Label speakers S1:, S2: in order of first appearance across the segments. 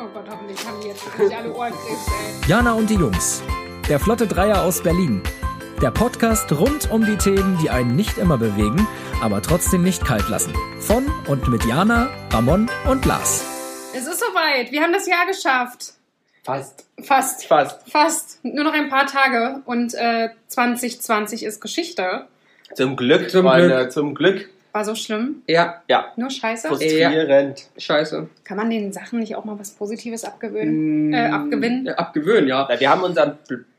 S1: Oh ich habe jetzt wirklich alle Ohrkrebs, ey.
S2: Jana und die Jungs. Der Flotte Dreier aus Berlin. Der Podcast rund um die Themen, die einen nicht immer bewegen, aber trotzdem nicht kalt lassen. Von und mit Jana, Ramon und Lars.
S1: Es ist soweit. Wir haben das Jahr geschafft.
S3: Fast.
S1: Fast.
S3: Fast.
S1: Fast. Nur noch ein paar Tage und äh, 2020 ist Geschichte.
S3: Zum Glück,
S4: Zum
S3: Freunde, zum Glück.
S1: War so schlimm.
S4: Ja,
S3: Ja,
S1: Nur scheiße.
S3: frustrierend.
S4: scheiße.
S1: Kann man den Sachen nicht auch mal was Positives abgewöhnen?
S4: Mm,
S1: Äh, abgewinnen?
S4: Ja, abgewöhnen, ja.
S3: Ja, wir haben unseren,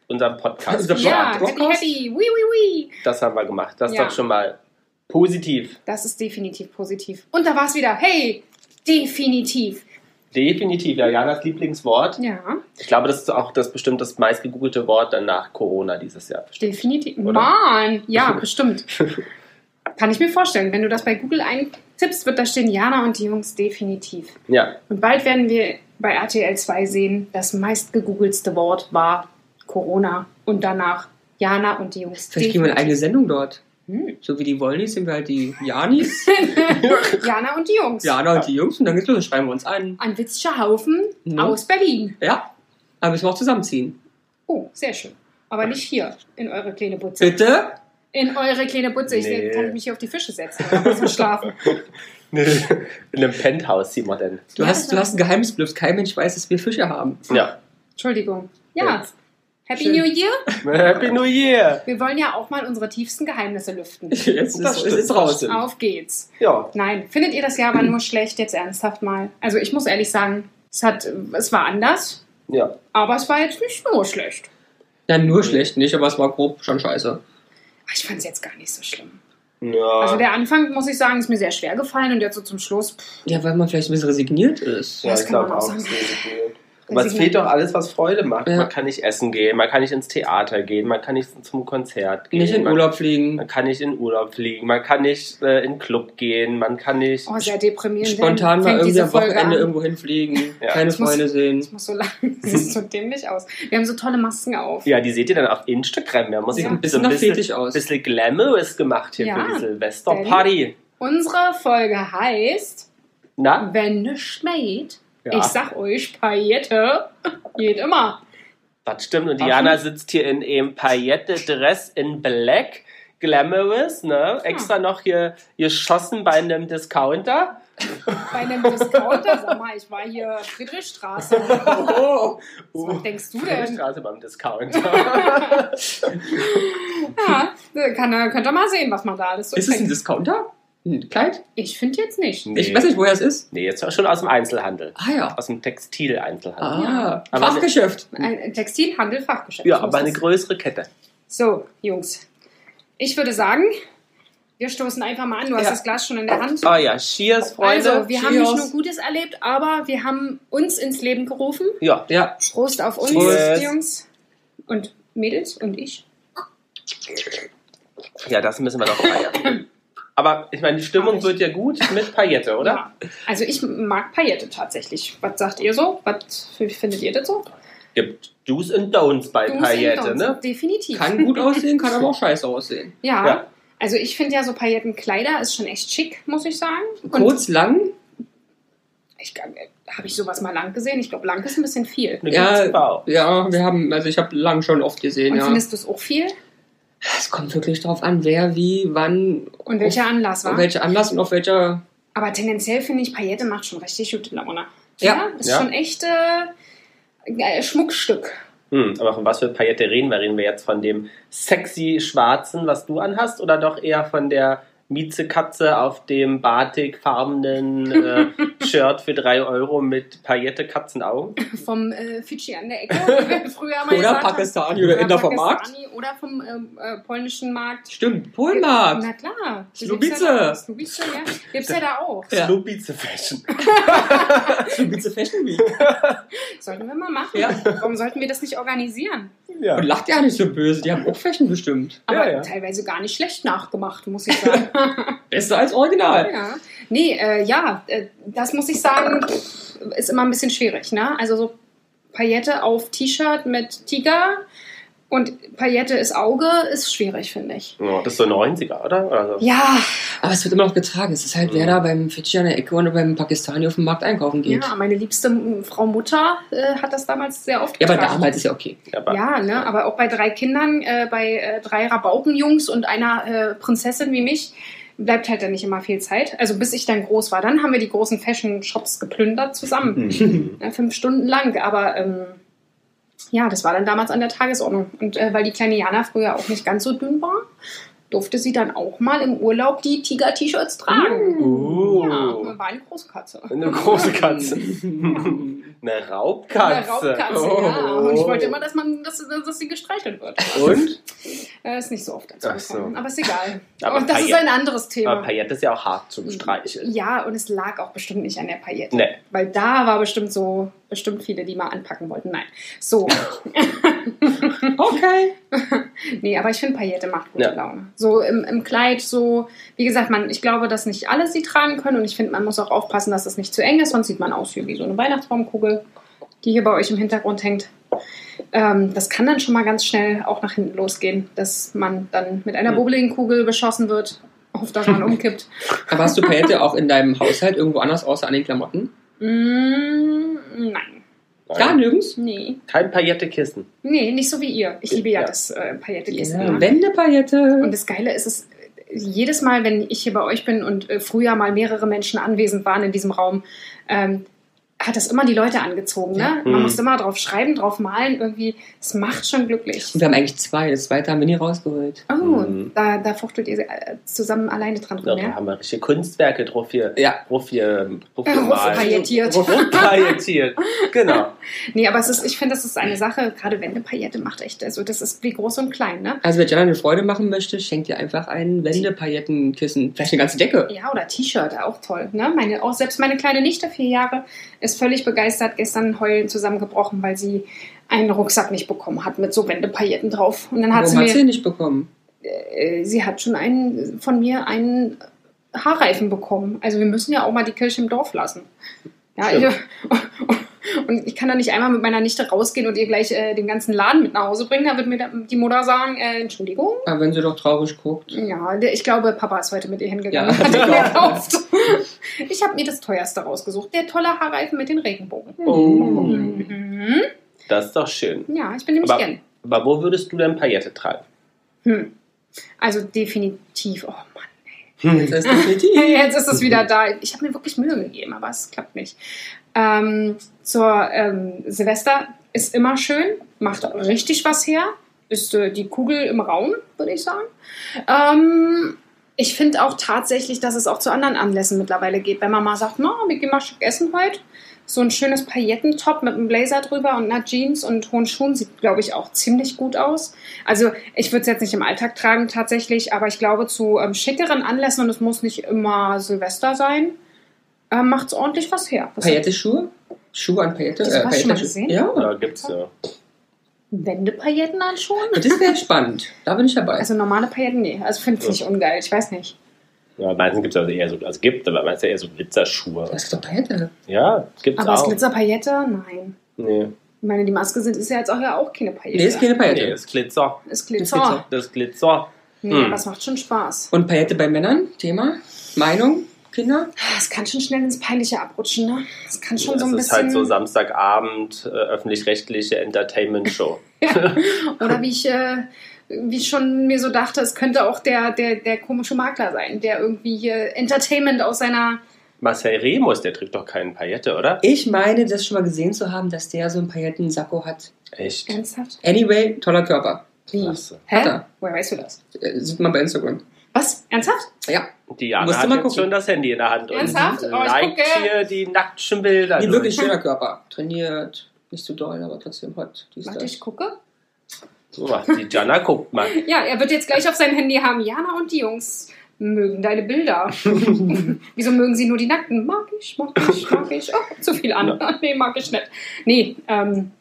S3: unseren Podcast.
S4: Unser
S1: Ja,
S4: Blog-
S1: happy, happy. Wii, wii, wii.
S3: Das haben wir gemacht. Das ist
S1: Ja.
S3: doch schon mal positiv.
S1: Das ist definitiv positiv. Und da war es wieder. Hey, definitiv.
S3: Definitiv. Ja, Janas Lieblingswort.
S1: Ja,
S3: Ich glaube, das ist auch das bestimmt das meistgegoogelte Wort dann nach Corona dieses Jahr.
S1: definitiv.
S3: Oder?
S1: Mann, ja, bestimmt. Kann ich mir vorstellen. Wenn du das bei Google eintippst, wird da stehen Jana und die Jungs definitiv.
S3: Ja,
S1: Und bald werden wir bei RTL 2 sehen, das meistgegoogelste Wort war Corona und danach Jana und die Jungs.
S4: Vielleicht kriegen wir eine eigene
S1: definitiv.
S4: Sendung dort.
S1: Hm.
S4: So wie die Wollnis sind wir halt die Janis,
S1: Jana und die Jungs.
S4: Jana und die Jungs und dann geht's los, dann schreiben wir uns an.
S1: Ein witziger Haufen
S4: Mhm.
S1: aus Berlin.
S4: Ja, aber müssen wir auch zusammenziehen.
S1: Oh, sehr schön. Aber nicht hier, in eure kleine Butze.
S4: Bitte?
S1: In eure kleine Butze. Ich
S3: Nee.
S1: kann mich hier auf die Fische setzen und ein bisschen schlafen.
S3: in einem Penthouse sieht man denn.
S4: Du,
S1: Ja, das
S4: hast, du
S1: war-
S4: hast ein geheimes Blöds. Kein Mensch weiß, dass wir Fische haben.
S3: Ja.
S1: Entschuldigung. Ja. Happy
S4: Schön.
S1: New Year.
S3: Happy New Year!
S1: Wir wollen ja auch mal unsere tiefsten Geheimnisse lüften.
S4: Jetzt
S3: Das
S4: ist,
S3: stimmt,
S4: ist raus.
S3: das stimmt.
S1: Auf geht's.
S3: Ja.
S1: Nein, findet ihr das Jahr war nur schlecht, jetzt ernsthaft mal? Also ich muss ehrlich sagen, es, hat, es war anders,
S3: Ja.
S1: aber es war jetzt nicht nur schlecht.
S4: Na, nur schlecht nicht, aber es war grob schon scheiße.
S1: Ach, Ah, Ich fand es jetzt gar nicht so schlimm.
S3: ja.
S1: Also der Anfang, muss ich sagen, ist mir sehr schwer gefallen und jetzt so zum Schluss, pff,
S4: Ja, weil man vielleicht ein bisschen resigniert ist.
S3: Ja,
S1: Das
S3: ich
S1: kann man
S3: glaube
S1: auch
S3: auch.
S1: sagen.
S3: das ist gut. Aber es
S1: Resigniert.
S3: fehlt doch alles, was Freude macht.
S4: Ja.
S3: Man kann nicht essen gehen, man kann nicht ins Theater gehen, man kann nicht zum Konzert gehen.
S4: Nicht in
S3: man,
S4: Urlaub fliegen.
S3: Man kann nicht in Urlaub fliegen, man kann nicht äh, in den Club gehen, man kann nicht.
S1: oh, sehr deprimierend.
S4: Spontan
S1: Fängt
S4: mal irgendwie
S1: diese
S4: am
S1: Folge
S4: Wochenende
S1: an.
S4: irgendwo hinfliegen.
S3: Ja.
S4: Keine
S1: Ich muss-
S4: Freunde sehen.
S1: Ich muss so lange, sieht so dämlich aus. Wir haben so tolle Masken auf.
S3: Ja, die seht ihr dann auf Instagram. Wir haben uns
S4: Sieht
S3: so
S4: ein bisschen nach fetisch aus.
S3: bisschen glamorous gemacht hier
S1: Ja,
S3: für die Silvesterparty.
S1: Unsere Folge heißt,
S3: Na?
S1: wenn ne schneit,
S3: Ja.
S1: ich sag euch, Paillette geht immer.
S3: Das stimmt. Und
S4: Ach,
S3: Diana
S4: hm.
S3: sitzt hier in ihrem Paillette-Dress in Black. Glamorous,
S4: Ah.
S3: ne? Extra noch hier geschossen bei einem Discounter.
S1: bei einem Discounter. Sag mal, ich war hier Friedrichstraße.
S3: Oh,
S1: Was denkst du
S3: Friedrichstraße
S1: denn?
S3: beim Discounter.
S1: Ja, ne, kann, er- könnt ihr mal sehen, was man da alles so
S4: Ist es ein
S1: kriegt.
S4: Discounter? Ein Kleid?
S1: Ich finde jetzt nicht.
S3: Nee.
S4: Ich weiß nicht, woher es ist.
S3: Nee, jetzt schon aus dem Einzelhandel.
S4: Ah ja.
S3: Aus dem Textileinzelhandel.
S4: Ah,
S3: Aber-
S4: Fachgeschäft.
S1: Ein ein Textilhandel, Fachgeschäft.
S3: Ja,
S1: muss
S3: aber eine
S1: das-
S3: größere Kette.
S1: So, Jungs. Ich würde sagen, wir stoßen einfach mal an. Du hast
S4: Ja.
S1: das Glas schon in der Hand.
S3: Ah ja, Cheers, Freunde.
S1: Also, wir haben nicht
S4: cheers.
S1: nur Gutes erlebt, aber wir haben uns ins Leben gerufen.
S3: ja,
S4: Ja,
S1: Prost auf uns,
S3: Cheers.
S1: Jungs und Mädels und ich.
S3: ja, das müssen wir noch feiern. aber ich meine, die Stimmung wird ja gut mit Paillette, oder?
S1: Ja. Also, ich mag Paillette tatsächlich. Was sagt ihr so? Was findet ihr dazu?
S3: Gibt Do's and Don'ts bei
S1: Du musst
S3: Paillette,
S1: Endons,
S3: ne?
S1: Definitiv.
S4: kann gut aussehen, kann aber auch scheiße aussehen.
S1: ja.
S3: Ja.
S1: Also ich finde ja so Paillettenkleider ist schon echt schick, muss ich sagen. Und
S4: Kurz, lang,
S1: ich habe ich sowas mal lang gesehen. Ich glaube, lang ist ein bisschen viel.
S3: Eine
S4: Ja.
S3: gute Frau.
S4: ja, wir haben, also ich habe lang schon oft gesehen,
S1: Und
S4: ja.
S1: findest du es auch viel?
S4: Es kommt wirklich drauf an, wer, wie, wann,
S1: Und welcher Anlass
S4: auf
S1: war?
S4: welcher Anlass und auf welcher.
S1: Aber tendenziell finde ich, Paillette macht schon richtig gute Laune.
S4: Ja.
S1: Ist
S3: Ja.
S1: schon echt äh, äh, Schmuckstück.
S3: Hm, aber von was für Paillette reden wir? Reden wir jetzt von dem sexy Schwarzen, was du anhast, oder doch eher von der Miezekatze auf dem batikfarbenen äh, Shirt für 3 Euro mit Paillette Katzenaugen?
S1: Vom äh, Fidschi an der Ecke, wie wir früher mal
S4: Oder
S1: gesagt haben.
S4: Pakistani oder Inder vom Markt.
S1: Pakistani Oder vom ähm, äh, polnischen Markt.
S4: Stimmt, Polenmarkt.
S1: Na klar. Die
S4: Slubice.
S1: gibt's Ja da, Slubice, ja. Gibt's ja da auch.
S4: Ja.
S3: Snoopyze Fashion.
S4: Bitte Fashion Week.
S1: Sollten wir mal machen.
S4: Ja.
S1: Warum sollten wir das nicht organisieren?
S3: Ja.
S4: Und lacht ja nicht so böse, die haben auch Fashion bestimmt.
S1: Aber
S3: Ja, ja.
S1: teilweise gar nicht schlecht nachgemacht, muss ich sagen.
S4: Besser als Original.
S1: ja. Nee, äh, ja, äh, das muss ich sagen, pff, ist immer ein bisschen schwierig. Ne? Also so Paillette auf T-Shirt mit Tiger Und Paillette ist Auge, ist schwierig, finde ich.
S3: Ja, Oh, das ist so 90er, oder? Also,
S1: Ja,
S4: Aber es wird immer noch getragen. Es ist halt, wer
S3: Mhm.
S4: da beim Fidschi an der Ecke oder beim Pakistani auf dem Markt einkaufen geht.
S1: ja,
S4: Ja,
S1: meine liebste äh, Frau Mutter äh, hat das damals sehr oft
S4: aber
S1: getragen.
S4: damals ist ja okay.
S3: aber-
S1: Ja, ne, aber auch bei drei Kindern, äh, bei äh, drei Rabaukenjungs und einer äh, Prinzessin wie mich, bleibt halt dann nicht immer viel Zeit. Also bis ich dann groß war, dann haben wir die großen Fashion-Shops geplündert zusammen.
S3: Mhm.
S1: Ne, fünf Stunden lang. Aber ähm, ja, das war dann damals an der Tagesordnung. Und äh, weil die kleine Jana früher auch nicht ganz so dünn war, durfte sie dann auch mal im Urlaub die Tiger-T-Shirts tragen.
S3: Uh,
S1: Ja, war eine große Katze.
S3: Eine große Katze. Eine Raubkatze. Oh.
S1: Eine Raubkatze, ja. Und ich wollte immer, dass man, dass, dass sie gestreichelt wird.
S3: Und?
S1: Äh, ist nicht so oft dazu
S3: Ach so.
S1: gekommen, aber ist egal.
S3: Aber
S1: und das ist
S3: Paillette.
S1: ein anderes
S3: Aber
S1: Thema.
S3: Paillette ist ja auch hart zum Streicheln.
S1: Ja, und es lag auch bestimmt nicht an der Paillette.
S3: Nee.
S1: Weil da war bestimmt so, bestimmt viele, die mal anpacken wollten. Nein. So. okay. nee, aber ich finde, Paillette macht gute
S3: Ja.
S1: Laune. So im, im Kleid, so, wie gesagt, man, ich glaube, dass nicht alle sie tragen können und ich finde, man muss auch aufpassen, dass das nicht zu eng ist, sonst sieht man aus hier wie so eine Weihnachtsbaumkugel, die hier bei euch im Hintergrund hängt. Ähm, das kann dann schon mal ganz schnell auch nach hinten losgehen, dass man dann mit einer
S3: Hm.
S1: bubbeligen Kugel beschossen wird, auf das man umkippt.
S4: Aber hast du Paillette auch in deinem Haushalt irgendwo anders außer an den Klamotten?
S1: Mm, nein.
S4: Gar nirgends?
S1: Nee.
S3: Kein Paillettekissen.
S1: Nee, nicht so wie ihr. Ich liebe ja,
S3: Ja.
S1: das äh, Paillettekissen.
S4: Ja,
S1: ne? Und
S4: Wendepaillette.
S1: das Geile ist es, äh, jedes Mal, wenn ich hier bei euch bin und äh, früher mal mehrere Menschen anwesend waren in diesem Raum, ähm, hat das immer die Leute angezogen. Ne? Man
S3: Hm.
S1: muss immer drauf schreiben, drauf malen. Irgendwie, es macht schon glücklich.
S4: Und wir haben eigentlich zwei. Das zweite haben wir nie rausgeholt.
S1: Oh,
S3: Hm.
S1: da, da fuchtelt ihr äh, zusammen alleine dran
S3: Ja,
S1: rum,
S3: da
S1: ja?
S3: haben wir richtige Kunstwerke drauf hier.
S4: Ja.
S3: Ruf hier, ruf
S1: Äh,
S3: hier mal.
S1: rufpaillettiert.
S3: Ruf paillettiert. Genau.
S1: Nee, aber es ist, ich finde, das ist eine Sache, gerade wenn eine Paillette macht echt, also das ist wie groß und klein, ne?
S4: Also, wenn Jana eine Freude machen möchte, schenkt ihr einfach ein Wendepaillettenkissen. Vielleicht eine ganze Decke.
S1: Ja, oder T-Shirt, auch toll. Ne? Meine, auch selbst meine kleine Nichte, vier Jahre, ist völlig begeistert, gestern heulend zusammengebrochen, weil sie einen Rucksack nicht bekommen hat mit so Wendepailletten drauf. Und dann hat sie
S4: Warum hat sie
S1: mir,
S4: den nicht bekommen?
S1: äh, sie hat schon einen, von mir einen Haarreifen bekommen. Also wir müssen ja auch mal die Kirche im Dorf lassen. Ja, ich,
S3: Stimmt.
S1: und ich kann da nicht einmal mit meiner Nichte rausgehen und ihr gleich äh, den ganzen Laden mit nach Hause bringen. Da wird mir da- die Mutter sagen, äh, Entschuldigung.
S4: Aber wenn sie doch traurig guckt.
S1: Ja, der- ich glaube, Papa ist heute mit ihr hingegangen.
S4: Ja.
S1: Hat ihn gekauft. Ich habe mir das teuerste rausgesucht. Der tolle Haarreifen mit den Regenbogen.
S3: Oh.
S1: Mhm.
S3: Das ist doch schön.
S1: Ja, ich bin nämlich
S3: Aber-
S1: gern.
S3: Aber wo würdest du denn Paillette tragen?
S1: Hm. Also definitiv. Oh Mann.
S4: Das ist definitiv.
S1: Jetzt ist es wieder da. Ich habe mir wirklich Mühe gegeben, aber es klappt nicht. Ähm, zur ähm, Silvester ist immer schön, macht richtig was her. Ist äh, die Kugel im Raum, würde ich sagen. Ähm, ich finde auch tatsächlich, dass es auch zu anderen Anlässen mittlerweile geht. Wenn Mama sagt, na, wir gehen mal schick essen heute. So ein schönes Paillettentop mit einem Blazer drüber und einer Jeans und hohen Schuhen sieht, glaube ich, auch ziemlich gut aus. Also ich würde es jetzt nicht im Alltag tragen tatsächlich, aber ich glaube zu ähm, schickeren Anlässen, und es muss nicht immer Silvester sein, äh, macht es ordentlich was her. Was
S4: Paillette-Schuhe? Schuhe an Paillette?
S1: Hast du das schon mal
S4: Paillette-
S1: gesehen?
S4: Ja.
S3: Oder gibt's äh, ja.
S1: Wendepailletten an Schuhen?
S4: Das wäre spannend. Da bin ich dabei.
S1: Also normale Pailletten, nee. Also finde ich nicht ungeil, ich weiß nicht.
S3: ja meistens gibt's also eher so, also gibt, aber meistens eher so Glitzerschuhe.
S4: das ist doch Paillette.
S3: Ja, gibt's
S1: Aber ist
S3: auch.
S1: Glitzerpaillette? Nein.
S3: nee.
S1: Ich meine, die Maske sind, ist ja jetzt auch, ja auch keine Paillette.
S4: Nee, ist keine
S3: nee,
S4: Paillette.
S3: das Glitzer.
S1: Ist
S4: Ist Glitzer.
S1: Glitzer.
S3: Das Glitzer.
S1: Nee,
S3: Hm.
S1: aber es macht schon Spaß.
S4: Und Paillette bei Männern? Thema? Meinung? Kinder?
S1: Es kann schon schnell ins Peinliche abrutschen, ne? Es kann schon
S3: das
S1: so ein
S3: ist
S1: bisschen.
S3: halt so Samstagabend äh, öffentlich-rechtliche Entertainment-Show.
S1: Oder wie ich, äh, wie ich schon mir so dachte, es könnte auch der, der, der komische Makler sein, der irgendwie hier Entertainment aus seiner.
S3: Marcel Remus, der trägt doch keinen Paillette, oder?
S4: Ich meine, das schon mal gesehen zu haben, dass der so einen Paillettensacko hat.
S3: Echt?
S1: Ernsthaft?
S4: Anyway, toller Körper.
S1: Wie?
S3: Ach so.
S1: Hä?
S4: Hat er.
S1: Woher weißt du das?
S4: Äh, Sieht man bei Instagram.
S1: Was? Ernsthaft?
S4: Ja.
S3: Die Jana
S4: Musst du
S3: hat
S4: mal
S3: jetzt
S4: gucken.
S3: schon das Handy in der Hand
S1: Ernsthaft? Oh,
S3: und
S1: ich
S3: liked
S1: gucke.
S3: hier die nackten Bilder.
S4: Nee,
S3: durch.
S4: wirklich schöner Körper. Trainiert. Nicht so doll, aber trotzdem hot. Dies,
S1: Warte,
S4: das.
S1: ich gucke.
S3: So, die Jana guckt mal.
S1: Ja, er wird jetzt gleich auf sein Handy haben. Jana und die Jungs mögen deine Bilder. Wieso mögen sie nur die Nackten? Mag ich, mag ich, mag ich. Oh, zu viel an. Nee, mag ich nicht. Nee, ähm,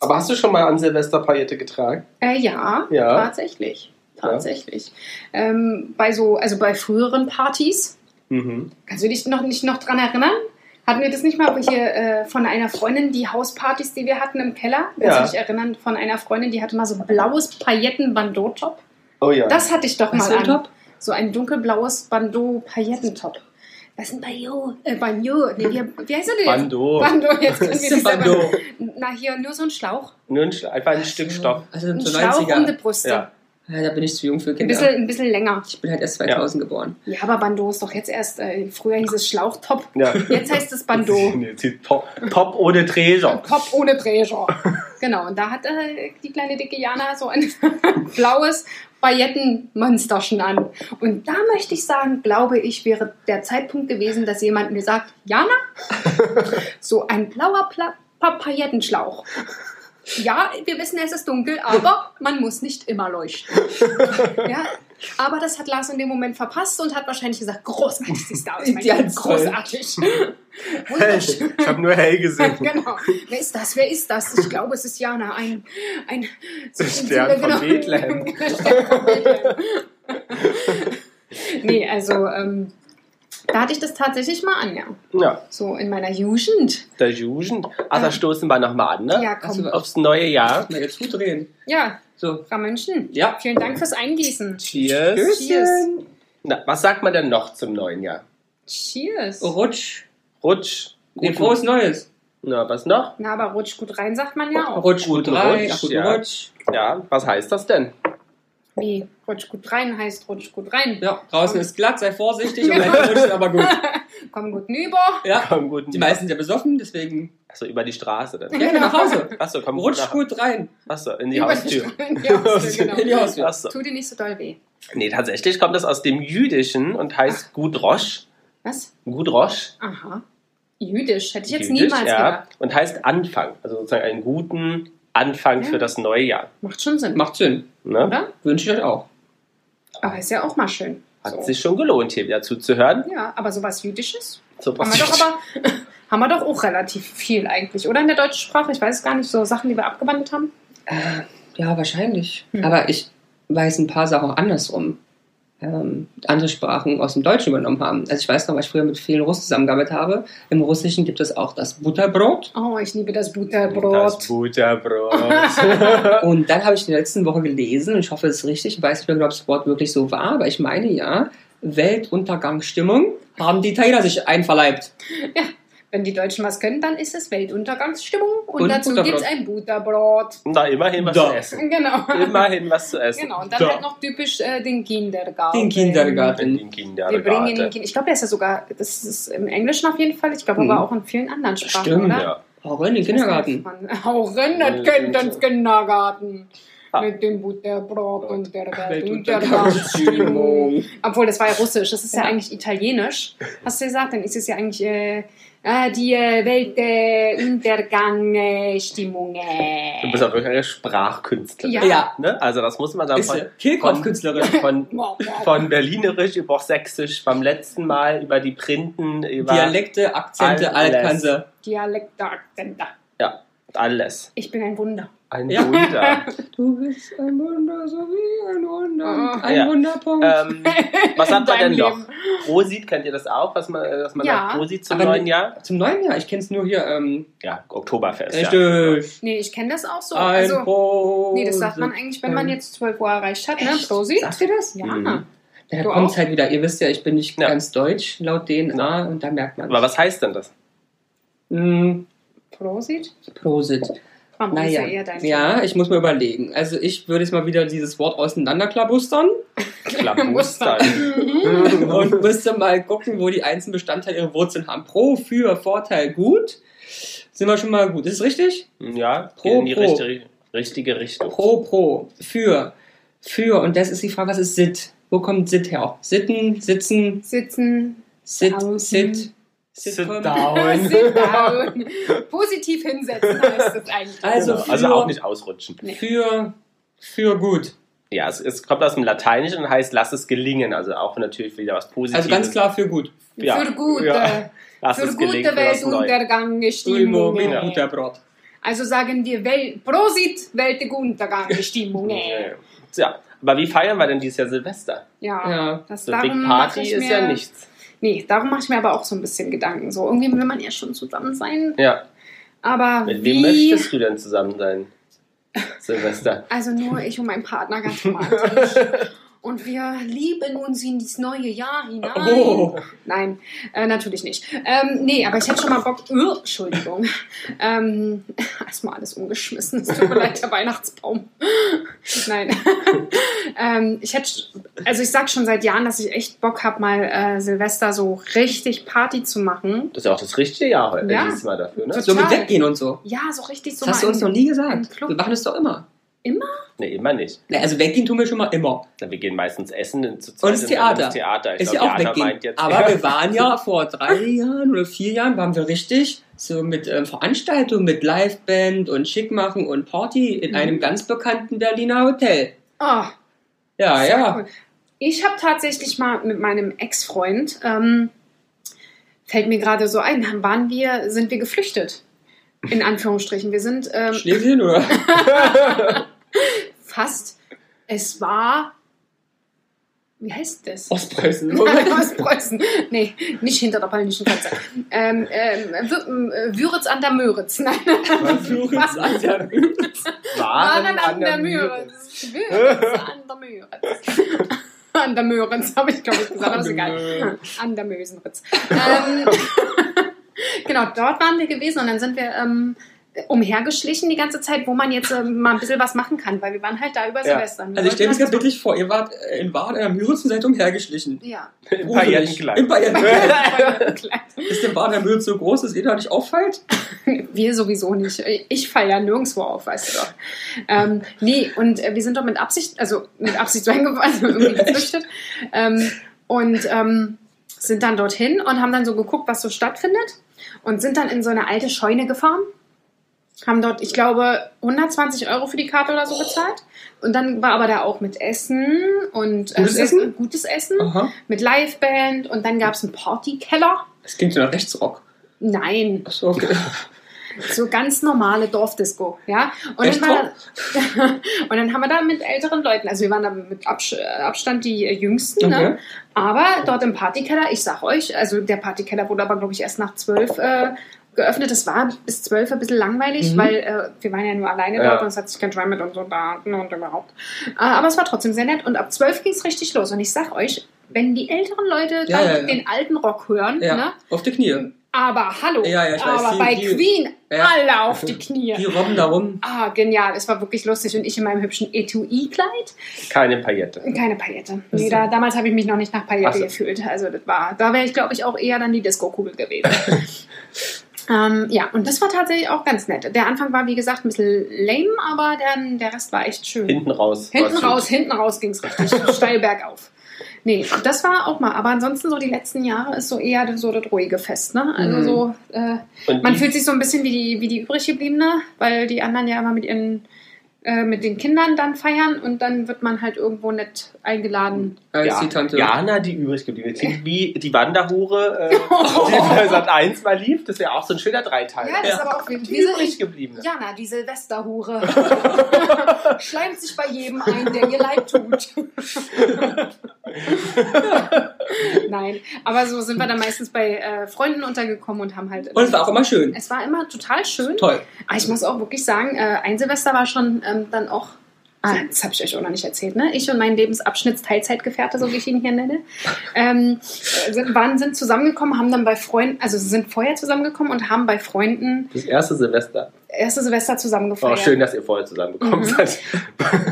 S3: Aber hast du schon mal an Silvester Paillette getragen?
S1: Äh, ja,
S3: Ja.
S1: tatsächlich.
S3: Ja.
S1: Tatsächlich. Ähm, bei so, also bei früheren Partys,
S3: Mhm.
S1: kannst du dich noch nicht noch dran erinnern? Hatten wir das nicht mal hier äh, von einer Freundin, die Hauspartys, die wir hatten im Keller? Kannst
S3: Ja.
S1: du dich erinnern? Von einer Freundin, die hatte mal so blaues Pailletten-Bandeau-Top.
S3: Oh ja.
S1: Das hatte ich doch
S4: Was
S1: mal
S4: für
S1: an.
S4: ein Top?
S1: So ein dunkelblaues Bandeau-Paillettentop. Was ist ein Bandeau? Äh, Bandeau. Nee, wie, wie heißt er denn? jetzt?
S3: Bando.
S1: Bandeau. Jetzt können wir
S4: Was ist
S1: die
S4: ein
S1: selber.
S4: Bandeau?
S1: Na, hier nur so ein Schlauch.
S3: Nur ein, Sch- einfach ein Stück Stoff.
S4: Also
S1: Ein
S4: so
S1: Schlauch um die
S4: 90er.
S1: Brüste.
S3: Ja.
S4: Ja, da bin ich zu jung für
S1: Ein,
S4: Kinder.
S1: bisschen, ein bisschen länger.
S4: Ich bin halt erst 2000 geboren.
S1: Ja, aber Bandeau ist doch jetzt erst, äh, früher hieß es Schlauchtop.
S3: Ja.
S1: Jetzt heißt es Bandeau.
S3: Jetzt sieht Pop, Pop ohne Tresor.
S1: Kopf ohne Dreher. genau, und da hat äh, die kleine dicke Jana so ein blaues Paillettenmonsterchen an. Und da möchte ich sagen, glaube ich, wäre der Zeitpunkt gewesen, dass jemand mir sagt, Jana, so ein blauer Pla Pa- Paillettenschlauch. Ja, wir wissen, es ist dunkel, aber man muss nicht immer leuchten. Ja, aber das hat Lars in dem Moment verpasst und hat wahrscheinlich gesagt, großartig siehst du aus, mein
S4: Ja,
S1: Kind,
S4: toll.
S1: großartig.
S3: Hell. Ich habe nur hell gesehen.
S1: Genau. Wer ist das? Wer ist das? Ich glaube, es ist Jana. Ein, ein
S3: Der Stern von Bethlehem.
S1: Der Stern von Bethlehem. nee, also ähm, da hatte ich das tatsächlich mal an, ja.
S3: Ja,
S1: So in meiner Jugend.
S3: der Jugend. Ach,
S4: Ähm,
S3: da stoßen wir nochmal an, ne?
S1: Ja, komm.
S4: Also,
S3: Aufs neue Jahr.
S4: Mal jetzt zudrehen.
S1: Ja,
S4: So.
S1: Ramönchen.
S3: Ja.
S1: Vielen Dank fürs Eingießen.
S3: Cheers.
S1: Cheers.
S3: Na, was sagt man denn noch zum neuen Jahr?
S1: Cheers.
S4: Oh, Rutsch.
S3: Rutsch.
S4: Nee,
S3: Guten-
S4: frohes Neues.
S3: Na, was noch?
S1: Na, aber rutsch gut rein, sagt man ja auch.
S4: Oh, Rutsch,
S3: Guten
S4: guten Rutsch.
S3: Rutsch,
S4: guten
S3: ja.
S4: Rutsch.
S3: Ja, was heißt das denn?
S1: Wie? Rutsch gut rein heißt rutsch gut rein.
S4: Ja, draußen ist glatt, sei vorsichtig und dein Rutsch ist aber gut.
S1: Komm gut nüber.
S4: Ja.
S3: Komm gut.
S4: Die meisten sind ja besoffen, deswegen
S3: Achso, über die Straße dann.
S4: ja, nach Hause.
S3: Achso, komm
S4: Rutsch
S3: nach-
S4: gut rein.
S3: Achso, in die
S1: Über die
S3: Haustür.
S1: Stra- in die Haustür,
S4: In die
S1: genau.
S4: Haustür.
S3: Achso.
S1: Tu dir nicht so doll weh.
S3: Nee, tatsächlich kommt das aus dem Jüdischen und heißt Gudrosch.
S1: Was?
S3: Gudrosch.
S1: Aha. Jüdisch, hätte ich jetzt
S3: Jüdisch,
S1: niemals
S3: ja,
S1: gedacht.
S3: Und heißt Anfang. Also sozusagen einen guten Anfang
S1: Ja.
S3: für das neue Jahr.
S1: Macht schon Sinn,
S4: Macht Sinn.
S3: Ne?
S1: oder?
S4: Wünsche ich euch auch.
S1: Aber ist ja auch mal schön.
S3: Hat
S1: So.
S3: sich schon gelohnt, hier wieder zuzuhören.
S1: Ja, aber sowas Jüdisches
S3: So
S1: haben wir doch aber haben wir doch auch relativ viel eigentlich, oder? In der deutschen Sprache, ich weiß es gar nicht, so Sachen, die wir abgewandelt haben.
S4: Äh, ja, wahrscheinlich.
S1: Hm.
S4: Aber ich weiß ein paar Sachen auch andersrum. Ähm, andere Sprachen aus dem Deutschen übernommen haben. Also ich weiß noch, weil ich früher mit vielen Russen zusammengearbeitet habe. Im Russischen gibt es auch das Butterbrot.
S1: Oh, ich liebe das
S3: Das
S1: Butterbrot.
S3: Butterbrot.
S4: Und dann habe ich in der letzten Woche gelesen, und ich hoffe, es ist richtig, ich weiß nicht mehr, genau, ob das Wort wirklich so war, aber ich meine ja, Weltuntergangsstimmung haben die Thailer sich einverleibt.
S1: Wenn die Deutschen was können, dann ist es Weltuntergangsstimmung und,
S4: Und
S1: dazu
S4: Butterbrot.
S1: gibt es ein Butterbrot.
S3: Na, immerhin was
S4: Da.
S3: zu essen.
S1: Genau.
S3: Immerhin was zu essen.
S1: Genau, und dann
S3: Da.
S1: halt noch typisch äh, den Kindergarten.
S4: Den Kindergarten.
S1: Wir
S3: In den
S1: bringen ihn in den
S3: Kindergarten.
S1: Kindergarten. Ich glaube, der ist ja sogar, das ist im Englischen auf jeden Fall, ich glaube
S4: Mhm.
S1: aber auch in vielen anderen Sprachen,
S4: Stimmt,
S1: oder?
S3: Ja.
S4: Auch in den Kindergarten.
S1: Hauren, das Kind ins Kindergarten.
S3: Ah.
S1: Mit dem Butterbrot und der Weltuntergangsstimmung.
S4: Weltuntergangsstimmung.
S1: Obwohl, das war ja russisch, das ist ja,
S4: Ja.
S1: eigentlich italienisch. Hast du gesagt, dann ist es ja eigentlich äh, äh, die Weltuntergangsstimmung.
S3: Du bist auch wirklich eine Sprachkünstlerin.
S1: Ja.
S4: Ja,
S3: Ne? Also das muss man sagen.
S4: ist
S3: Von,
S4: sie. Kehlkopfkünstlerin.
S3: von, von Berlinerisch über auch Sächsisch, beim letzten Mal über die Printen, über
S4: Dialekte, Akzente,
S3: Alles.
S4: alt kann sie.
S1: Dialektakzenter.
S3: alles.
S1: Ich bin ein Wunder.
S3: Ein
S4: Ja.
S3: Wunder.
S4: Du bist ein Wunder, so wie ein Wunder.
S1: Ah,
S4: Ein
S3: ja.
S4: Wunderpunkt.
S3: ähm, was
S1: In
S3: hat man
S1: deinem
S3: denn noch?
S1: Leben.
S3: Prosit, kennt ihr das auch, was man, äh, dass man
S1: Ja.
S3: sagt? Prosit zum
S4: Aber
S3: neuen Jahr?
S4: Zum neuen Jahr, ich kenne es nur hier. Ähm,
S3: Ja, Oktoberfest. Ja.
S4: richtig.
S1: Nee, ich kenne das auch so.
S4: Ein
S1: Also,
S4: Prost.
S1: nee, das sagt man eigentlich, wenn man
S4: Ähm,
S1: jetzt 12 Uhr erreicht hat, ne?
S4: echt?
S1: Prosi?
S4: Sagt ihr das?
S1: Ja.
S3: Mhm.
S4: Ja,
S1: Du
S4: da kommt
S1: auch?
S4: halt wieder, ihr wisst ja, ich bin nicht
S3: Ja.
S4: ganz deutsch, laut DNA, und da merkt man
S3: Aber was heißt denn das?
S4: Mm,
S1: Prosit?
S4: Prosit.
S1: Komm, das ist ja eher
S4: Naja,
S1: dein
S4: ja, ich muss mir überlegen. Also ich würde jetzt mal wieder dieses Wort auseinanderklabustern
S3: Klabustern.
S4: und müsste mal gucken, wo die einzelnen Bestandteile ihre Wurzeln haben. Pro, für, Vorteil, gut. Sind wir schon mal gut. Ist es richtig?
S3: ja, geht
S4: Pro,
S3: in die
S4: pro.
S3: richtige, richtige Richtung.
S4: Pro, pro, für, für. Und das ist die Frage, was ist Sit? Wo kommt Sit her? Sitten, sitzen,
S1: Sitzen,
S4: Sit,
S1: Draußen.
S4: Sit.
S3: Sit
S4: Sitcom.
S3: down.
S1: Sit down. Positiv hinsetzen heißt es eigentlich.
S4: Also
S3: genau.
S4: für-
S3: also auch nicht ausrutschen.
S1: Nee.
S4: Für, für gut.
S3: Ja, es, es kommt aus dem Lateinischen und heißt lass es gelingen. Also auch natürlich wieder was Positives.
S4: Also ganz klar für gut.
S3: ja,
S1: für gute,
S3: ja. Lass
S1: für
S3: es gelingen.
S1: gute
S3: für das Neue.
S1: Weltuntergangsstimmung.
S4: Ulmo,
S3: Ja.
S4: guter Brot.
S1: Also sagen wir Wel Prosit Weltuntergangsstimmung.
S3: Ja, aber wie feiern wir denn dieses Jahr Silvester?
S1: Ja.
S4: Ja.
S1: Das
S3: So
S1: darum
S3: Big
S1: mache
S3: Party
S1: ich
S3: ist
S1: mir-
S3: ja nichts.
S1: Nee, darum mache ich mir aber auch so ein bisschen Gedanken. So, irgendwie will man ja schon zusammen sein.
S3: Ja.
S1: Aber
S3: Mit
S1: wie...
S3: wem möchtest du denn zusammen sein? Silvester.
S1: Also nur ich und mein Partner ganz romantisch. Und wir lieben uns in dieses neue Jahr hinein.
S3: Oh.
S1: Nein, äh, natürlich nicht. Ähm, nee, aber ich hätte schon mal Bock. Ö, Entschuldigung. Ähm, erstmal alles umgeschmissen. Es tut mir leid, der Weihnachtsbaum. Nein. ähm, ich hätte, also ich sag schon seit Jahren, dass ich echt Bock habe, mal äh, Silvester so richtig Party zu machen.
S3: Das ist ja auch das richtige Jahr heute
S1: Ja.
S3: diesmal dafür, ne?
S1: Das-
S4: So mit
S1: Total.
S4: weggehen und so.
S1: Ja, so richtig so.
S4: Das hast
S1: mal
S4: du uns
S1: in-
S4: noch nie
S1: im
S4: gesagt.
S1: Club.
S4: Wir machen das doch immer.
S3: Ne, immer nicht.
S4: Na, also weggehen tun wir schon mal immer.
S3: Na, wir gehen meistens essen in zu
S4: Und das Theater.
S3: ins Theater. Ich
S4: ist
S3: glaub,
S4: ja auch
S3: Jana meint
S4: weggehen.
S3: jetzt
S4: Aber
S3: eher-
S4: wir waren ja vor drei Jahren oder vier Jahren, waren wir richtig so mit ähm, Veranstaltungen, mit Liveband und Schick machen und Party in
S1: Mhm.
S4: einem ganz bekannten Berliner Hotel.
S1: Ah.
S4: Ja,
S1: Sehr
S4: ja.
S1: cool. Ich habe tatsächlich mal mit meinem Ex-Freund, ähm, fällt mir gerade so ein, haben- waren wir, sind wir geflüchtet. In Anführungsstrichen. Wir sind ähm,
S4: Schlesien oder?
S1: fast, es war, wie heißt das?
S4: Oh. Ostpreußen.
S1: Aus Preußen. Nee, nicht hinter der polnischen Grenze. Ähm, ähm, Wür- äh, Würitz an der Möritz. Nein,
S4: Fluchens an der
S1: Waren an der Möritz. Würitz an der Möritz. An der Möritz, habe ich glaube ich gesagt, aber ist egal. An der Mösenritz. Ähm, genau, dort waren wir gewesen und dann sind wir ähm, umhergeschlichen die ganze Zeit, wo man jetzt ähm, mal ein bisschen was machen kann, weil wir waren halt da über
S3: Ja.
S1: Silvester. Und wir
S4: Also ich stelle mir
S1: wollten
S4: das
S1: was-
S4: wirklich vor, ihr wart äh, in Waren an der Müritz und seid umhergeschlichen.
S1: Ja,
S3: Im
S4: Gruselig.
S3: Paillettenkleid.
S4: Im Paillettenkleid.
S1: klein.
S4: Ist denn Waren an der Müritz so groß, dass ihr da nicht auffällt?
S1: Wir sowieso nicht. Ich fall ja nirgendwo auf, weißt du doch. Ähm, nee, und äh, wir sind doch mit Absicht, also mit Absicht so hingefahren, also irgendwie geflüchtet. Ähm, und ähm, sind dann dorthin und haben dann so geguckt, was so stattfindet. Und sind dann in so eine alte Scheune gefahren. Haben dort, ich glaube, 120 Euro für die Karte oder so bezahlt. Und dann war aber da auch mit Essen und äh,
S4: Gutes Essen? Ah.
S1: gutes Essen
S4: Aha.
S1: mit Liveband. Und dann gab es einen Partykeller.
S4: Das klingt ja nach Rechtsrock.
S1: Nein,
S4: Achso, okay.
S1: so ganz normale Dorfdisco, ja. Und
S4: Echt
S1: dann, war da, und dann haben wir da mit älteren Leuten, also wir waren da mit Absch äh, Abstand die äh, Jüngsten, ne?
S4: okay.
S1: aber dort im Partykeller, ich sag euch, also der Partykeller wurde aber, glaube ich, erst nach zwölf äh, geöffnet. Das war bis zwölf ein bisschen langweilig,
S4: Mhm.
S1: weil äh, wir waren ja nur alleine dort
S3: Ja.
S1: und es hat sich kein Schwein mit uns unterhalten und überhaupt. Äh, aber es war trotzdem sehr nett und ab zwölf ging es richtig los. Und ich sag euch, wenn die älteren Leute
S4: Ja,
S1: dann
S4: ja, ja.
S1: den alten Rock hören,
S4: Ja,
S1: ne?
S4: auf die Knie.
S1: Aber hallo,
S4: Ja, ja, ich weiß,
S1: aber
S4: die-
S1: bei
S4: die-
S1: Queen
S4: Ja.
S1: alle auf die Knie.
S4: Die robben da rum.
S1: Ah, genial. Es war wirklich lustig. Und ich in meinem hübschen Etui-Kleid.
S3: Keine Paillette.
S1: Keine Paillette.
S4: Das
S1: Nee,
S4: ist-
S1: da, damals habe ich mich noch nicht nach
S3: Ach
S1: Paillette
S3: so.
S1: gefühlt. Also das war, da wäre ich, glaube ich, auch eher dann die Disco-Kugel gewesen. ähm, ja, und das war tatsächlich auch ganz nett. Der Anfang war, wie gesagt, ein bisschen lame, aber dann, der Rest war echt schön.
S3: Hinten raus.
S1: Hinten
S3: war's
S1: raus, hinten raus ging es richtig steil bergauf. Nee, das war auch mal. Aber ansonsten so die letzten Jahre ist so eher so das ruhige Fest. Ne? Also
S4: Mhm.
S1: so, äh,
S3: gut. Und
S1: man
S3: die-
S1: fühlt sich so ein bisschen wie die, wie die übrig gebliebene, weil die anderen ja immer mit ihren äh, mit den Kindern dann feiern und dann wird man halt irgendwo nicht eingeladen.
S4: Als
S3: ja,
S4: die Tante.
S3: Jana, die übrig geblieben ist. Klingt wie die Wanderhure, äh, die bei Sat 1 mal lief. Das wäre auch so ein schöner Dreiteiler.
S1: Ja, das ist aber auch
S3: Die
S1: wie
S3: übrig gebliebene.
S1: Jana, die Silvesterhure. Schleimt sich bei jedem ein, der ihr leid tut. Nein, aber so sind wir dann meistens bei äh, Freunden untergekommen und haben halt.
S4: Und es war auch immer schön.
S1: Es war immer total schön.
S4: Toll.
S1: Aber Ah, ich muss auch wirklich sagen, äh, ein Silvester war schon ähm, dann auch. Ah, das habe ich euch auch noch nicht erzählt, ne? Ich und mein Lebensabschnittsteilzeitgefährte, so wie ich ihn hier nenne, ähm, sind, waren, sind zusammengekommen, haben dann bei Freunden, also sind vorher zusammengekommen und haben bei Freunden
S3: Das erste Silvester.
S1: erste Silvester
S3: War auch
S1: zusammengefeiert.
S3: Oh, schön, dass ihr vorher zusammengekommen
S1: Mhm.
S3: seid.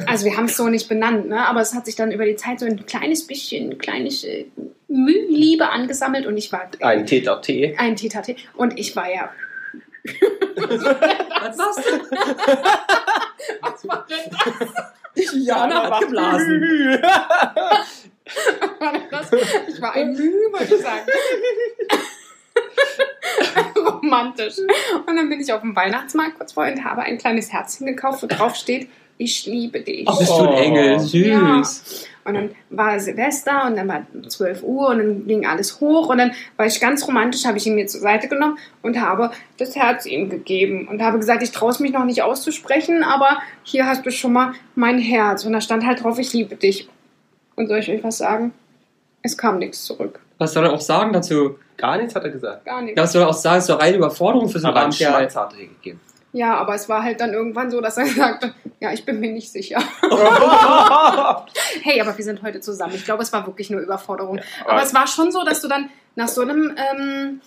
S1: Also wir haben es so nicht benannt, ne? aber es hat sich dann über die Zeit so ein kleines bisschen, ein kleines äh, Müh Liebe angesammelt und ich war
S3: Ein Täter Tee.
S1: ein TTT und ich war ja.
S4: Was war's denn?
S1: Was war denn
S4: Jana hat geblasen.
S1: war denn das? Ich war ein Mühe, wollte ich sagen. Romantisch. Und dann bin ich auf dem Weihnachtsmarkt kurz vorhin und habe ein kleines Herzchen gekauft, wo drauf steht, ich liebe dich.
S4: Ach, bist du ein
S3: Oh.
S4: Engel.
S1: Ja.
S4: Süß.
S1: Und dann war Silvester und dann war 12 Uhr und dann ging alles hoch und dann war ich ganz romantisch, habe ich ihn mir zur Seite genommen und habe das Herz ihm gegeben und habe gesagt, ich traue es mich noch nicht auszusprechen, aber hier hast du schon mal mein Herz. Und da stand halt drauf, ich liebe dich. Und soll ich euch was sagen? Es kam nichts zurück.
S4: Was soll er auch sagen dazu?
S3: Gar nichts hat er gesagt.
S1: Gar nichts.
S4: Was soll er auch sagen? Das ist doch reine Überforderung für so einen
S3: Aber einen
S4: armen Kerl.
S3: Schmatzer hat er gegeben.
S1: Ja, aber es war halt dann irgendwann so, dass er sagte, ja, ich bin mir nicht sicher. Hey, aber wir sind heute zusammen. Ich glaube, es war wirklich nur Überforderung. aber es war schon so, dass du dann nach so einem ähm,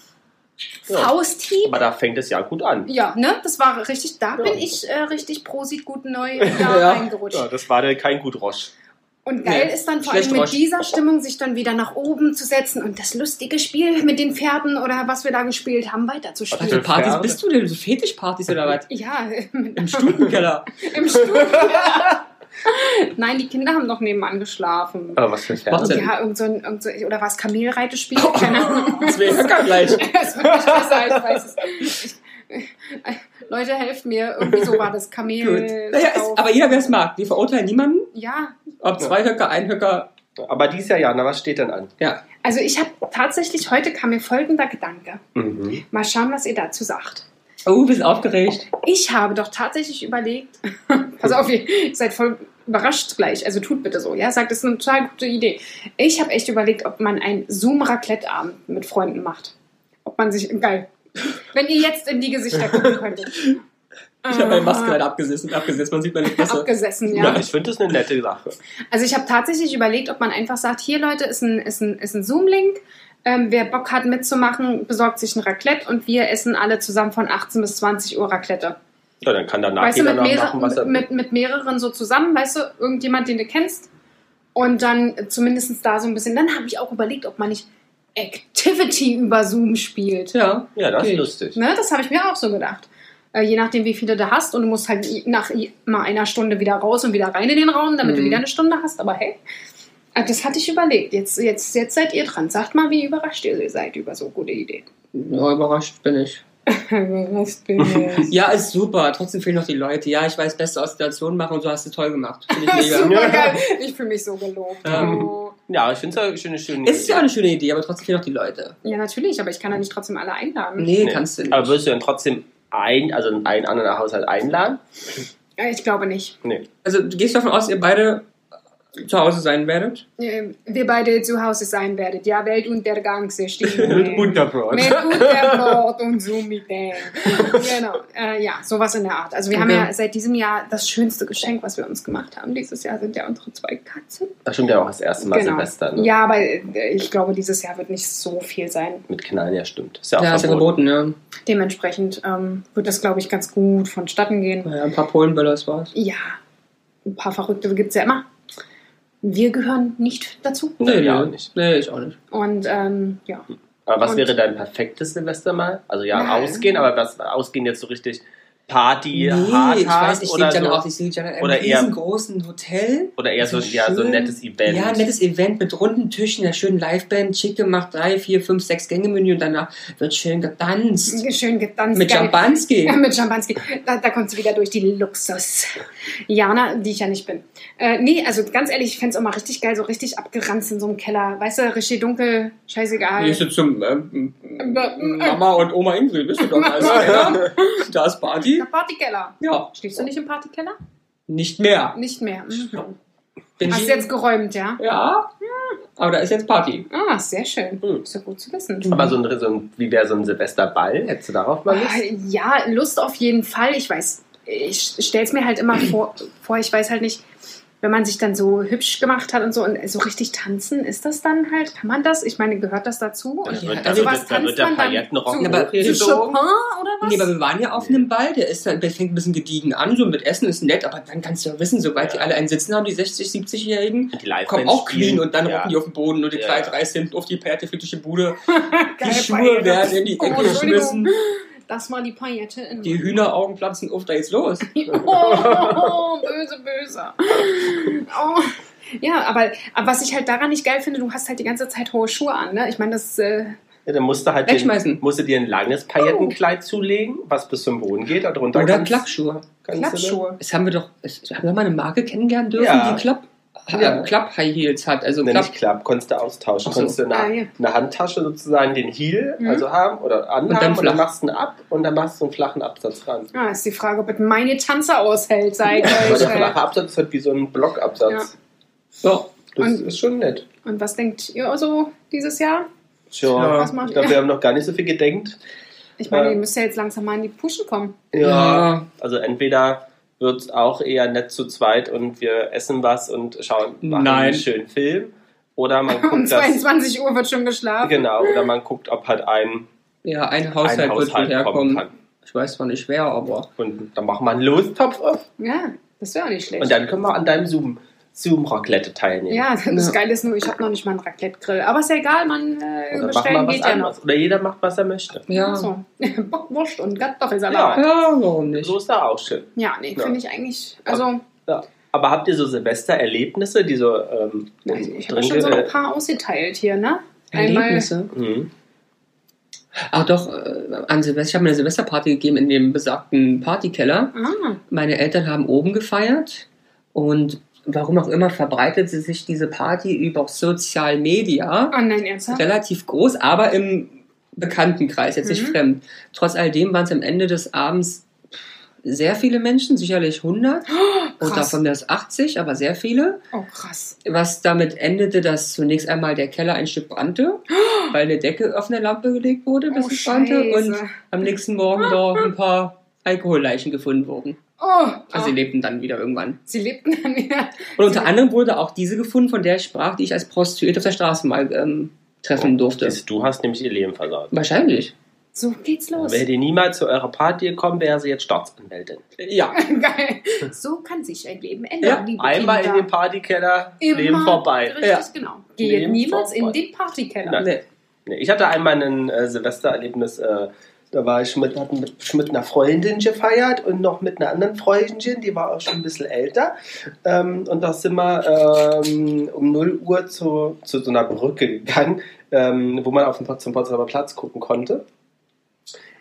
S3: Ja.
S1: Fausthieb
S3: Aber da fängt es ja gut an.
S1: Ja, ne? Das war richtig, da
S3: Ja.
S1: bin ich äh, richtig prosit gut neu da
S4: Ja.
S1: reingerutscht.
S3: Ja, das war der kein gut Rosch.
S1: Und geil
S4: Nee,
S1: ist dann vor
S4: schlecht
S1: allem mit
S4: Roche.
S1: dieser Stimmung, sich dann wieder nach oben zu setzen und das lustige Spiel mit den Pferden oder was wir da gespielt haben,
S4: Was
S3: Warte,
S4: für
S1: weiterzuspielen.
S4: Partys
S3: Pferde.
S4: bist du denn? So Fetischpartys oder was?
S1: Ja,
S4: Im Stubenkeller.
S1: im Stuhl. Nein, die Kinder haben noch nebenan geschlafen.
S3: Aber was für ein
S4: Was denn?
S1: Ja, irgend so ein, irgend so, oder war es Kamelreitespiel? Keine Ahnung.
S4: Das wäre ja gleich.
S1: Es wird nicht besser, ich weiß es. Ich, Leute, helft mir. Irgendwie so war das Kamel.
S4: Gut. Naja, ist, aber jeder, wer es mag. Wir verurteilen niemanden.
S1: ja,
S4: Ob zwei Höcker, ein Höcker.
S3: Aber dies Jahr, Jana, was steht denn an?
S4: Ja.
S1: Also ich habe tatsächlich, heute kam mir folgender Gedanke.
S3: Mhm.
S1: Mal schauen, was ihr dazu sagt.
S4: Oh, bist aufgeregt.
S1: Ich habe doch tatsächlich überlegt, pass auf, ihr seid voll überrascht gleich, also tut bitte so, ja, sagt, das ist eine total gute Idee. Ich habe echt überlegt, ob man einen Zoom-Raclette-Abend mit Freunden macht. Ob man sich, geil, wenn ihr jetzt in die Gesichter gucken könntet.
S4: Ich habe meine Maske gerade abgesessen. Abgesessen, man sieht meine Fresse.
S1: abgesessen, ja.
S3: Ja, ich finde das eine nette Sache.
S1: Also ich habe tatsächlich überlegt, ob man einfach sagt, hier Leute, ist ein, ist ein, ist ein Zoom-Link. Ähm, wer Bock hat mitzumachen, besorgt sich ein Raclette und wir essen alle zusammen von 18 bis 20 Uhr Raclette.
S3: Ja, dann kann danach
S1: weißt du,
S3: jeder
S1: mit,
S3: noch machen, was er
S1: mehrere,
S3: will.
S1: mit, mit mehreren so zusammen, weißt du, irgendjemand, den du kennst. Und dann zumindest da so ein bisschen. Dann habe ich auch überlegt, ob man nicht Activity über Zoom spielt.
S4: Ja.
S3: Ja, das
S4: Okay.
S3: ist lustig.
S1: Ne, das habe ich mir auch so gedacht. Äh, je nachdem, wie viele du hast. Und du musst halt i- nach i- mal einer Stunde wieder raus und wieder rein in den Raum, damit du
S4: Mhm.
S1: wieder eine Stunde hast. Aber hey, äh, das hatte ich überlegt. Jetzt, jetzt, jetzt seid ihr dran. Sagt mal, wie überrascht ihr seid über so gute Ideen.
S4: ja, überrascht bin ich.
S1: Überrascht bin ich.
S4: Ja, ist super. Trotzdem fehlen noch die Leute. Ja, ich weiß, beste aus Situationen machen und so hast du toll gemacht. Finde ich mega.
S1: Super geil. Ich fühle mich so gelobt.
S4: Ja.
S1: Oh.
S3: Ja, ich finde es eine schöne, schöne
S4: Es ist ja auch eine schöne Idee, aber trotzdem fehlen noch die Leute.
S1: Ja, natürlich, aber ich kann ja nicht trotzdem alle einladen.
S4: Nee,
S3: Nee.
S4: kannst du nicht.
S3: Aber würdest du dann trotzdem ein, also einen anderen Haushalt einladen?
S1: Äh, Ich glaube nicht.
S3: Nee.
S4: Also du gehst davon aus, ihr beide zu Hause sein werdet?
S1: Äh, Wir beide zu Hause sein werdet. Ja, Weltuntergang, sehr stimmt.
S3: Unterbrot.
S1: Mit Butterbrot und so mit dem. Genau. Äh, ja, sowas in der Art. Also wir haben
S4: Okay.
S1: ja seit diesem Jahr das schönste Geschenk, was wir uns gemacht haben. Dieses Jahr sind ja unsere zwei Katzen.
S3: Das stimmt ja auch das erste Mal
S1: Genau.
S3: Silvester. Ne?
S1: Ja, aber äh, ich glaube, dieses Jahr wird nicht so viel sein.
S3: Mit Knallen, ja, stimmt. Ist ja auch
S4: Ja, ist ja
S3: verboten.
S4: verboten, ja.
S1: Dementsprechend ähm, wird das, glaube ich, ganz gut vonstatten gehen.
S4: Naja, ein paar Polenböller, das war's.
S1: Ja, ein paar Verrückte gibt es ja immer. Wir gehören nicht dazu.
S4: Nee,
S3: ja,
S4: ja,
S3: auch
S4: nee.
S3: nicht.
S4: nee, ich auch nicht.
S1: Und ähm, ja.
S3: Aber was
S1: Und-
S3: wäre dein perfektes Silvester mal? Also ja,
S1: Nein.
S3: ausgehen, aber was ausgehen jetzt so richtig Party, hart,
S4: ich weiß, ich
S3: oder,
S4: lebe dann
S3: so,
S4: auch, ich lebe dann in einem
S3: oder eher-
S4: riesengroßen Hotel.
S3: oder eher so,
S4: So
S3: ja, so ein
S4: Also schön.
S3: nettes Event.
S4: Ja, ein nettes Event mit runden Tischen, einer schönen Liveband, schick gemacht, drei, vier, fünf, sechs Gänge-Menü und danach wird schön getanzt.
S1: Schön getanzt.
S4: Mit
S1: geil.
S4: Jambanski.
S1: Ja, mit Schampanski. Da, da kommst du wieder durch die Luxus. Jana, die ich ja nicht bin. Äh, nee, also ganz ehrlich, ich fänd's auch mal richtig geil, so richtig abgeranzt in so einem Keller. Weißt du, richtig dunkel, scheißegal.
S4: Gehst du zum ähm,
S1: ähm,
S4: Mama und Oma Ingrid, bist du doch also, ja. Da ist Party.
S1: Na, Partykeller.
S4: Ja,
S1: Schläfst du nicht im Partykeller?
S4: nicht mehr.
S1: Nicht mehr. Mhm.
S4: Bin
S1: Hast du
S4: ich-
S1: jetzt geräumt, ja?
S4: ja, aber da ist jetzt Party.
S1: Ah, sehr schön.
S4: Hm.
S3: Mhm.
S1: Ist ja gut zu wissen.
S3: Aber so ein, so ein, wie wäre so ein Silvesterball? Hättest du darauf mal Lust?
S1: Ah, Ja, Lust auf jeden Fall. Ich weiß, ich stell's mir halt immer vor, vor, ich weiß halt nicht, wenn man sich dann so hübsch gemacht hat und so und so richtig tanzen, ist das dann halt, kann man das? Ich meine, gehört das dazu?
S3: Da
S1: Und
S4: Ja,
S3: wird, da
S4: also
S3: wird,
S1: was
S3: da
S1: tanzt
S3: wird der
S1: man dann
S3: Paillettenrock
S1: zu-
S4: Ja, aber-
S1: zu Chopin
S3: hochgezogen.
S1: oder was?
S4: Nee, aber wir waren ja auf
S3: Nee.
S4: einem Ball, der, ist dann, der fängt ein bisschen gediegen an, so mit Essen ist nett, aber dann kannst du ja wissen, sobald die alle einen sitzen haben, die 60, 70-Jährigen,
S3: Die Live
S4: kommen auch clean und dann
S3: ja.
S4: rocken die auf den Boden und die
S3: Ja.
S4: Kleid reißt hinten auf die Perte, fliegt durch die
S1: Geil,
S4: Bude, die
S1: Paillette.
S4: Schuhe werden in die
S1: Oh,
S4: Ecke
S1: Entschuldigung.
S4: geschmissen,
S1: Das war die Paillette in
S4: die Hühneraugen platzen auf, da geht's los.
S1: Oh, böse, böse. Oh. Ja, aber, aber was ich halt daran nicht geil finde, du hast halt die ganze Zeit hohe Schuhe an, ne? Ich meine, das äh,
S3: Ja, dann musst du halt den,
S4: Wegschmeißen. Oh.
S3: musst du dir ein langes Paillettenkleid zulegen, was bis zum Boden geht. Darunter
S4: Oder
S3: kannst-
S4: Klappschuhe.
S3: kannst du dann-
S1: Klappschuhe.
S4: Das haben wir doch, das, haben wir mal eine Marke kennenlernen dürfen,
S3: Ja.
S4: die Klapp,
S3: Ja.
S4: äh, Klapp High Heels hat, also
S3: Nee,
S4: Klapp,
S3: nicht Klapp, konntest du austauschen.
S4: Ach so.
S3: Konntest du eine,
S1: Ah, ja.
S3: eine Handtasche sozusagen, den Heel,
S1: Mhm.
S3: also haben oder anhaben und
S4: Und dann
S3: dann,
S4: flach.
S3: machst du ihn ab und dann machst du einen flachen Absatz ran.
S1: Ah, ist die Frage, ob es meine Tanze aushält, seit
S3: Weil der
S1: heute.
S3: flache Absatz ist halt wie so ein Blockabsatz.
S4: so.
S3: Das
S1: Und-
S3: ist schon nett.
S1: Und was denkt ihr so dieses Jahr?
S3: Tja,
S1: Was macht
S3: ich glaube,
S1: ihr?
S3: wir haben noch gar nicht so viel gedenkt.
S1: Ich meine,
S3: Ja.
S1: ihr müsst ja jetzt langsam mal in die Puschen kommen.
S3: Ja, also entweder wird es auch eher nett zu zweit und wir essen was und schauen machen
S4: Nein.
S3: einen schönen Film. Oder man
S1: Um
S3: guckt das.
S1: 22 Uhr wird schon geschlafen.
S3: Genau, oder man guckt, ob halt ein,
S4: Ja, ein Haushalt,
S3: ein
S4: wird
S3: Haushalt
S4: schon
S3: kommen
S4: herkommen.
S3: kann.
S4: Ich weiß zwar nicht wer, aber
S3: Und dann machen wir einen Lostopf auf
S1: Ja, das wäre auch nicht schlecht.
S3: und dann können wir an deinem Zoom, Zoom-Raclette teilnehmen.
S1: ja, das
S4: Ja.
S1: Geile ist nur, ich habe noch nicht mal einen Raclette-Grill. Aber ist ja egal, man äh,
S3: Oder machen wir
S1: bestellen
S3: was
S1: geht ja noch.
S3: anderes. Oder jeder macht, was er möchte.
S4: ja.
S1: So. Bockwurst und Kartoffelsalat. Ja,
S4: Ja, warum nicht?
S3: So ist da auch schön.
S1: nee,
S3: Ja.
S1: finde ich eigentlich. Also,
S3: Ja. Aber habt ihr so Silvestererlebnisse, die so ähm,
S1: ich, ich habe schon so ein paar ausgeteilt hier, ne? Einmal.
S4: Erlebnisse.
S3: Mhm.
S4: Ach doch, äh, an Silvester, ich habe mir eine Silvesterparty gegeben in dem besagten Partykeller.
S1: Ah,
S4: Meine Eltern haben oben gefeiert und warum auch immer verbreitete sich diese Party über Social Media.
S1: oh nein, ernsthaft?
S4: relativ groß, aber im Bekanntenkreis, jetzt nicht
S1: Mhm.
S4: fremd. Trotz alledem waren es am Ende des Abends sehr viele Menschen, sicherlich 100
S1: Oh, krass.
S4: und davon mehr als 80, aber sehr viele.
S1: Oh, krass.
S4: Was damit endete, dass zunächst einmal der Keller ein Stück brannte, weil eine Decke auf eine Lampe gelegt wurde, bis
S1: Oh,
S4: es brannte und
S1: Scheiße.
S4: am nächsten Morgen dort ein paar Alkoholleichen gefunden wurden.
S1: Oh,
S4: Also
S1: oh.
S4: sie lebten dann wieder irgendwann.
S1: Sie lebten dann wieder.
S4: Und unter anderem wurde auch diese gefunden, von der ich sprach, die ich als Prostituierte auf der Straße mal ähm, treffen
S3: Oh,
S4: durfte.
S3: Siehst Du du hast nämlich ihr Leben versaut.
S4: Wahrscheinlich.
S1: So geht's los.
S3: Wäre die niemals zu eurer Party gekommen, wäre sie jetzt Staatsanwältin.
S4: Ja.
S1: Geil. So kann sich ein Leben ändern.
S4: Ja,
S1: liebe
S3: Einmal in
S1: Kinder.
S3: den Partykeller,
S1: Immer
S3: Leben vorbei.
S1: Richtig,
S4: Ja.
S1: genau. Gehe
S3: Leben
S1: niemals in
S3: vorbei.
S1: den Partykeller.
S3: Nein.
S4: Nee.
S3: Nee, Ich hatte einmal ein äh, Silvestererlebnis, äh, da war ich mit, hatten mit, mit einer Freundin gefeiert und noch mit einer anderen Freundin, die war auch schon ein bisschen älter. Ähm, und da sind wir ähm, um 0 Uhr zu, zu so einer Brücke gegangen, ähm, wo man auf den, Pots- zum Potsdamer Platz gucken konnte.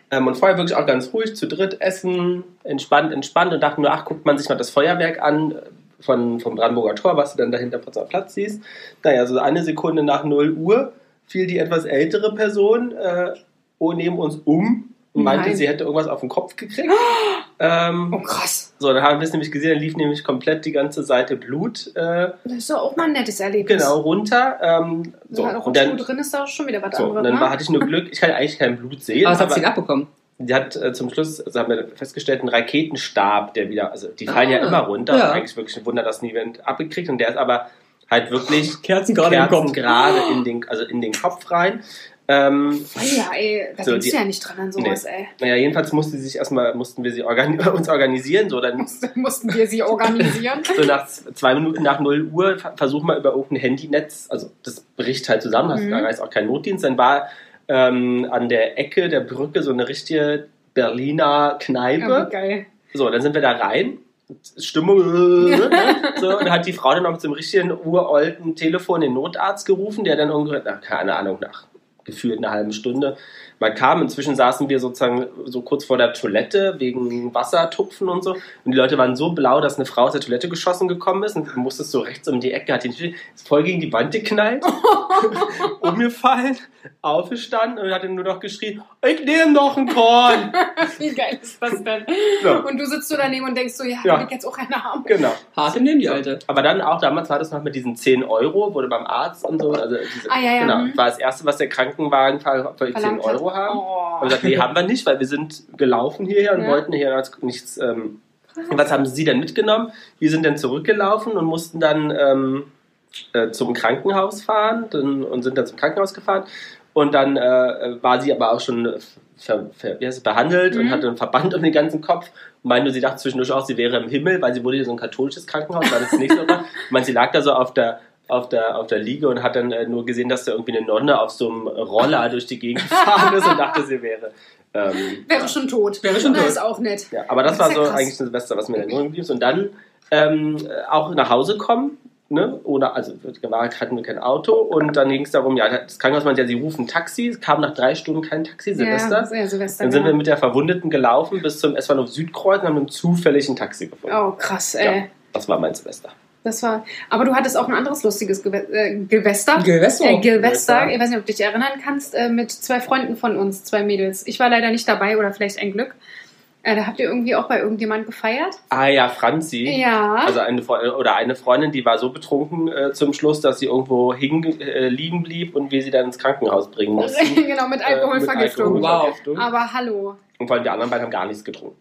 S3: Ähm, und vorher wirklich auch ganz ruhig, zu dritt essen, entspannt, entspannt und dachten nur, ach, guckt man sich mal das Feuerwerk an äh, von, vom Brandenburger Tor, was du dann dahinter Potsdamer Platz siehst. Naja, so eine Sekunde nach 0 Uhr fiel die etwas ältere Person äh, oh, neben uns um und meinte,
S1: Nein.
S3: sie hätte irgendwas auf den Kopf gekriegt. Ähm,
S1: Oh krass.
S3: so, dann haben wir es nämlich gesehen, dann lief nämlich komplett die ganze Seite Blut äh,
S1: Das ist doch auch mal ein nettes Erlebnis.
S3: genau runter. Ähm, so,
S1: So, halt auch
S3: und dann,
S1: Schuh drin ist da auch schon wieder was
S3: so, und
S1: anderes.
S3: dann
S1: ne?
S3: war, halt- hatte ich nur Glück, ich kann eigentlich kein Blut sehen.
S4: Aber was Ah, hat sie
S3: Genau, aber
S4: abbekommen?
S3: die hat äh, zum Schluss, also haben wir festgestellt, einen Raketenstab, der wieder, also die fallen
S4: Ah,
S3: ja immer runter.
S4: ja.
S3: Eigentlich wirklich ein Wunder, dass niemand abgekriegt und der ist aber halt wirklich
S4: Kerzen
S3: Kerzen gerade in den, also in den Kopf rein. Ähm,
S1: ja, ey, da
S3: So,
S1: denkst
S3: die-
S1: du ja nicht dran an sowas, ey.
S3: naja, jedenfalls musste sie sich erstmal, mussten wir sie organi uns organisieren, so dann
S1: Mussten wir sie organisieren.
S3: so nach z- zwei Minuten nach 0 Uhr ver- versuch mal über irgendein Handynetz, also das bricht halt zusammen, hast,
S1: Mhm.
S3: da ist auch kein Notdienst, dann war ähm, an der Ecke der Brücke so eine richtige Berliner
S1: Aber
S3: Kneipe.
S1: geil.
S3: So, dann sind wir da rein. Stimmung. äh, so, und dann hat die Frau dann noch mit so einem richtigen uralten Telefon den Notarzt gerufen, der dann irgendwie, na, keine Ahnung, nach gefühlt einer halben Stunde mal kam. Inzwischen saßen wir sozusagen so kurz vor der Toilette wegen Wassertupfen und so. Und die Leute waren so blau, dass eine Frau aus der Toilette geschossen gekommen ist und musste so rechts um die Ecke, hat den Tür- ist voll gegen die Wand geknallt, umgefallen, aufgestanden und hat dann nur noch geschrien, ich nehme noch einen Korn.
S1: Wie geil ist das denn?
S3: So,
S1: Und du sitzt so daneben und denkst so, ja,
S3: Ja.
S1: da liegt jetzt auch einer am
S3: genau.
S4: Hart im Nehmen, die Alte.
S3: Aber dann auch, damals war das noch mit diesen 10 Euro, wurde beim Arzt und so. Also diese,
S1: Ah, ja, ja,
S3: Genau,
S1: mhm.
S3: war das Erste, was der Krankenwagen fragte, ob wir 10
S1: Verlangt hat.
S3: Euro haben.
S1: Oh.
S3: Und gesagt, nee, haben wir nicht, weil wir sind gelaufen hierher und
S1: Ja.
S3: wollten hier jetzt nichts. Ähm, und was haben sie denn mitgenommen? Wir sind dann zurückgelaufen und mussten dann ähm, äh, zum Krankenhaus fahren dann, und sind dann zum Krankenhaus gefahren. Und dann äh, war sie aber auch schon äh, ver, ver, wie heißt es, behandelt und
S1: Mhm.
S3: hatte einen Verband um den ganzen Kopf. Und meinte, sie dachte zwischendurch auch, sie wäre im Himmel, weil sie wurde in so ein katholisches Krankenhaus, war das nächste Mal. Ich meine, sie lag da so auf der, auf der, auf der Liege und hat dann äh, nur gesehen, dass da irgendwie eine Nonne auf so einem Roller durch die Gegend gefahren ist und dachte, sie wäre. Ähm,
S1: Wäre
S3: ja.
S1: schon tot.
S4: Wäre schon
S1: Na,
S4: tot.
S1: ist auch nett.
S3: Ja, aber das,
S1: Das
S3: war
S1: ist
S3: so
S1: ja krass.
S3: eigentlich ein Silvester, was mir in Erinnerung geblieben ist. Und dann ähm, äh, auch nach Hause kommen. Ne? Oder, also, war, hatten wir kein Auto und dann ging es darum, ja, das Krankenhaus meinte ja, sie rufen Taxi, es kam nach drei Stunden kein Taxi, Silvester.
S1: Ja, ja, Silvester.
S3: Dann sind wir
S1: genau.
S3: mit der Verwundeten gelaufen bis zum S-Bahnhof Südkreuz und haben dann zufällig ein Taxi gefunden.
S1: Oh, krass, ey.
S3: Ja, das war mein Silvester.
S1: Das war. Aber du hattest auch ein anderes lustiges Gewe- äh, Gewässter.
S4: Gewässer.
S1: Äh, Gewässer,
S3: Gewässer.
S1: ich weiß nicht, ob du dich erinnern kannst, äh, mit zwei Freunden von uns, zwei Mädels. Ich war leider nicht dabei oder vielleicht ein Glück. Äh, da habt ihr irgendwie auch bei irgendjemand gefeiert?
S3: Ah ja, Franzi.
S1: Ja.
S3: Also eine Freundin oder eine Freundin, die war so betrunken äh, zum Schluss, dass sie irgendwo hing, äh, liegen blieb und wir sie dann ins Krankenhaus bringen mussten.
S1: genau, mit
S3: Äh, mit
S1: Alkoholvergiftung.
S3: Alkoholvergiftung.
S1: Aber hallo.
S3: Und vor allem die anderen beiden haben gar nichts getrunken.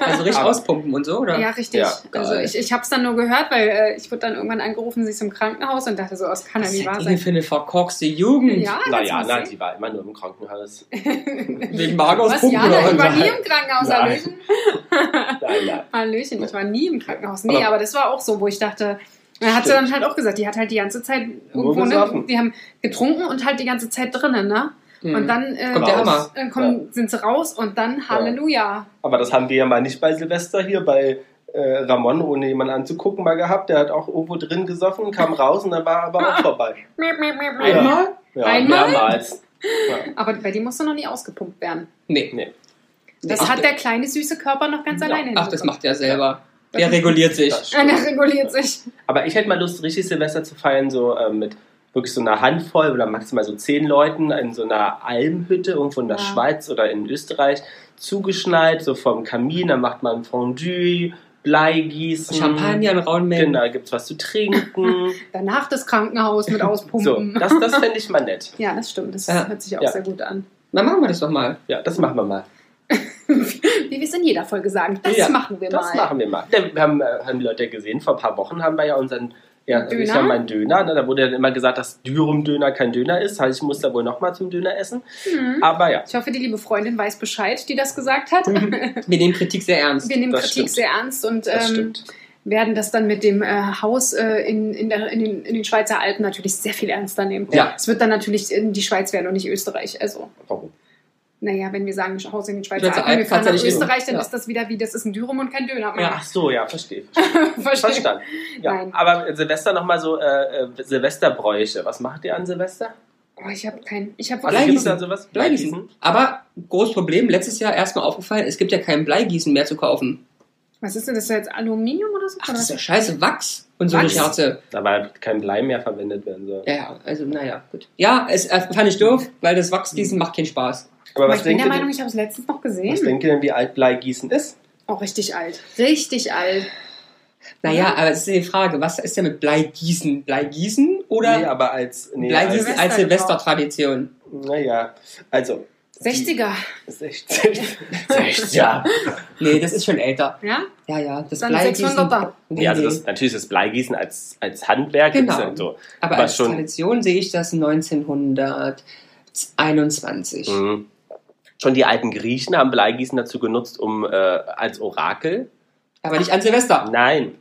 S4: Also richtig
S3: Aber-
S4: auspumpen und so, oder?
S1: Ja, richtig.
S3: Ja,
S4: geil.
S1: also ich, ich habe es dann nur gehört, weil äh, ich wurde dann irgendwann angerufen, sie ist im Krankenhaus und dachte so, oh, das kann ja
S4: Was
S1: nie wahr
S4: seid ihr
S1: sein.
S4: für eine verkorkste Jugend?
S1: Ja, kannst du
S3: Naja,
S1: mal
S3: na,
S1: sehen.
S3: die war immer nur im Krankenhaus.
S4: Wegen Magos
S1: Was,
S4: Pumpen
S1: Jana,
S4: oder
S1: ich war nie
S4: was?
S1: im Krankenhaus,
S3: Nein.
S1: Hallöchen.
S3: Nein, nein.
S1: Hallöchen, ich war nie im Krankenhaus. Nee,
S3: Aber-
S1: aber, das war auch so, wo ich dachte, er hat sie
S3: Stimmt.
S1: dann halt auch gesagt, die hat halt die ganze Zeit
S3: Nur
S1: irgendwo, ne,
S3: gesoffen.
S1: die haben getrunken und halt die ganze Zeit drinnen, ne?
S3: Hm.
S1: Und dann, äh,
S4: Hm. Kommt der
S3: Raus.
S4: Hammer.
S1: dann kommen, sind sie raus und dann Halleluja.
S3: Aber das haben wir ja mal nicht bei Silvester hier bei äh, Ramon, ohne jemanden anzugucken, mal gehabt. Der hat auch irgendwo drin gesoffen, kam raus und dann war er aber auch vorbei.
S1: Miep, miep, miep, miep.
S4: Einmal?
S3: Ja,
S1: Einmal?
S3: mehrmals. Ja.
S1: Aber bei dir musste noch nie ausgepumpt werden.
S4: Nee.
S3: Nee.
S1: Das
S4: Ach,
S1: hat der kleine süße Körper noch ganz
S3: Ja.
S1: alleine
S4: Ach, das
S1: hinbekommen.
S4: macht er selber.
S1: Das
S4: Der
S1: ist-
S4: reguliert sich.
S3: Das
S1: Ah,
S3: stimmt.
S1: der reguliert sich.
S3: Aber ich hätte mal Lust, richtig Silvester zu feiern, so ähm, mit wirklich so einer Handvoll oder maximal so zehn Leuten in so einer Almhütte irgendwo in der
S1: Ja.
S3: Schweiz oder in Österreich zugeschneit, so vom Kamin, dann macht man Fondue, Bleigießen.
S4: Champagner in rauen Mengen.
S3: Genau, gibt's was zu trinken.
S1: Danach das Krankenhaus mit
S3: so,
S1: auspumpen.
S3: das, das fände ich mal nett.
S1: Ja, das stimmt. Das
S4: Ja.
S1: hört sich auch
S3: Ja.
S1: sehr gut an.
S4: Dann machen wir das doch mal.
S3: Ja, das machen wir mal.
S1: Wie wir es in jeder Folge sagen, das
S3: Ja,
S1: machen wir
S3: Das
S1: mal.
S3: machen wir mal. Denn Wir haben, äh, haben die Leute ja gesehen, vor ein paar Wochen haben wir ja unseren ja, also
S1: Döner?
S3: Ich habe meinen Döner. Ne? Da wurde dann immer gesagt, dass Dürum-Döner kein Döner ist. Also ich muss da wohl nochmal zum Döner essen.
S1: Mhm.
S3: Aber ja,
S1: Ich hoffe, die liebe Freundin weiß Bescheid, die das gesagt hat. Wir
S4: Wir nehmen Kritik sehr ernst.
S1: nehmen
S3: Das
S1: Kritik
S3: stimmt.
S1: sehr ernst und
S3: das
S1: ähm,
S3: stimmt.
S1: werden das dann mit dem äh, Haus äh, in, in, der, in, den, in den Schweizer Alpen natürlich sehr viel ernster nehmen.
S3: Ja.
S1: Es wird dann natürlich in die Schweiz werden und nicht Österreich. Also,
S3: Warum?
S1: naja, wenn wir sagen Haus in den Schweizer
S4: Schweizer
S1: Alpen, wir
S4: Alpen
S1: fahren nach
S4: kannst du ja nicht
S1: Österreich, dann
S4: Ja.
S1: ist das wieder wie, das ist ein Dürum und kein Döner mehr.
S3: Ja, ach so, ja, verstehe.
S1: Verstehe.
S3: Verstanden. Ja,
S1: Nein.
S3: Aber Silvester nochmal so, äh, äh, Silvesterbräuche. Was macht ihr an Silvester?
S1: Oh, ich habe keinen. Ich habe
S3: Also
S1: wirklich.
S4: Bleigießen.
S3: gibt's da sowas?
S4: Bleigießen. Aber großes Problem, letztes Jahr erstmal aufgefallen, es gibt ja kein Bleigießen mehr zu kaufen.
S1: Was ist denn das jetzt? Aluminium oder so?
S4: Ach, das ist ja scheiße, Wachs und so
S1: Wachs?
S4: eine Scherze.
S3: Da weil kein Blei mehr verwendet werden soll.
S4: Ja, ja, also naja, gut. Ja, es äh, fand ich doof, weil das Wachsgießen macht keinen Spaß.
S3: Aber
S1: Aber
S3: was
S1: ich bin
S3: denkt,
S1: der
S3: ihr
S1: Meinung,
S3: denn,
S1: ich habe es letztens noch
S3: was
S1: gesehen.
S3: denkt ihr denn, wie alt Bleigießen ist?
S1: Auch richtig alt. Richtig alt.
S4: Naja, aber es ist ja die Frage, was ist denn mit Bleigießen? Bleigießen
S3: nee,
S4: oder
S3: aber als. Nee, also
S4: Bleigießen
S1: Silvester
S4: als
S1: gebraucht.
S3: als
S4: Silvestertradition?
S3: naja, also.
S1: 60er.
S3: 60. 60, ja.
S4: Nee, das ist schon älter.
S1: Ja?
S4: Ja, ja, das
S1: Dann
S4: Bleigießen.
S1: 600er.
S4: Nee,
S3: Ja, also
S4: nee.
S3: das, natürlich ist Bleigießen als, als Handwerk.
S4: Genau.
S3: gibt's ja So.
S4: aber
S3: aber
S4: als
S3: schon-
S4: Tradition sehe ich das 1921.
S3: Mhm. Schon die alten Griechen haben Bleigießen dazu genutzt, um äh, als Orakel.
S4: Aber nicht an Silvester.
S3: Nein.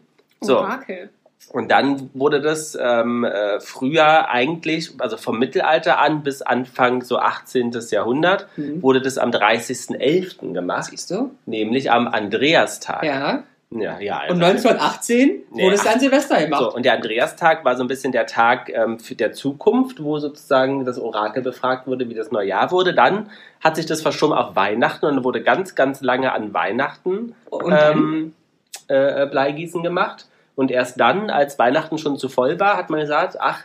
S1: Oh,
S3: So.
S1: Orakel.
S3: Und dann wurde das ähm, äh, früher eigentlich, also vom Mittelalter an bis Anfang so 18. Jahrhundert,
S4: Hm.
S3: wurde das am 30.11. gemacht,
S4: Siehst du?
S3: nämlich am Andreastag.
S4: Ja.
S3: ja, ja also
S4: Und 1918
S3: Nee,
S4: wurde es an Silvester
S3: So,
S4: gemacht.
S3: und der Andreastag war so ein bisschen der Tag ähm, für der Zukunft, wo sozusagen das Orakel befragt wurde, wie das Neujahr wurde. Dann hat sich das verschoben auf Weihnachten und wurde ganz, ganz lange an Weihnachten
S4: Und dann?
S3: ähm, äh, äh, Bleigießen gemacht. Und erst dann, als Weihnachten schon zu voll war, hat man gesagt, ach,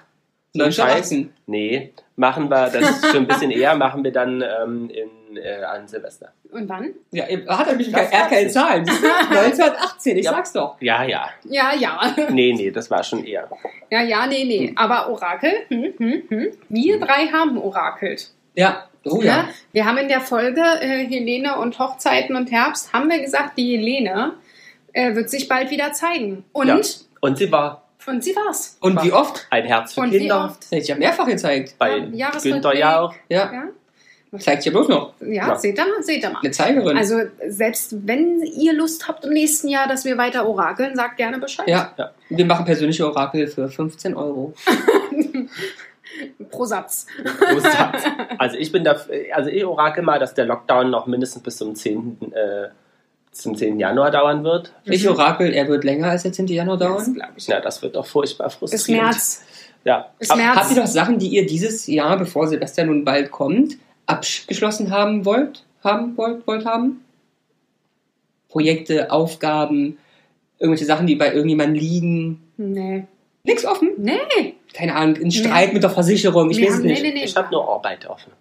S3: so ein Scheiß,
S4: 1918.
S3: nee, machen wir das schon ein bisschen eher, machen wir dann ähm, in, äh, an Silvester.
S1: Und wann?
S4: Ja, ihr- hat er mich
S3: Das
S4: er hat keine
S3: war's.
S4: Zahlen. siehst du? 1918, ich
S3: Ja.
S4: sag's doch.
S3: Ja, ja.
S1: Ja, ja.
S3: Nee, nee, das war schon eher.
S1: Ja, ja, nee, nee. Aber Orakel, hm, hm, hm. wir drei haben orakelt.
S4: Ja. Oh ja.
S1: Ne? Wir haben in der Folge äh, Helene und Hochzeiten und Herbst, haben wir gesagt, die Helene äh, wird sich bald wieder zeigen. Und,
S3: Ja. Und sie war
S1: und sie war's.
S4: Und wie oft?
S3: ein Herz für
S1: Und wie
S3: Kinder.
S1: oft?
S4: Das hätte ich ja mehrfach gezeigt.
S3: Bei
S1: Ähm, Jahresrückblick.
S3: Günther ja auch.
S4: Ja.
S1: Ja,
S4: Zeigt ja bloß noch.
S1: ja,
S3: Ja.
S1: seht ihr mal, seht ihr mal.
S4: Eine Zeigerin.
S1: Also selbst wenn ihr Lust habt im nächsten Jahr, dass wir weiter orakeln, sagt gerne Bescheid.
S4: ja.
S3: Ja.
S4: Wir machen persönliche Orakel für 15 Euro.
S1: Pro Satz.
S3: Großartig. Also ich bin da, also ich orakel mal, dass der Lockdown noch mindestens bis zum 10. Äh, zum 10. Januar dauern wird.
S4: Ich Orakel, er wird länger als der 10. Januar
S1: Das
S4: dauern.
S1: glaube ich.
S3: Na, das wird doch furchtbar frustrierend.
S1: Bis März.
S3: Ja.
S1: Bis März.
S4: Habt ihr noch Sachen, die ihr dieses Jahr, bevor Silvester nun bald kommt, abgeschlossen haben wollt? Haben wollt, wollt haben? Projekte, Aufgaben, irgendwelche Sachen, die bei irgendjemandem liegen.
S1: Nee.
S4: Nichts offen.
S1: Nee.
S4: Keine Ahnung, ein Streit mit der Versicherung, ich
S1: Wir
S4: weiß es
S1: haben-
S4: nicht.
S1: nee, nee, nee.
S3: Ich habe nur Arbeit offen.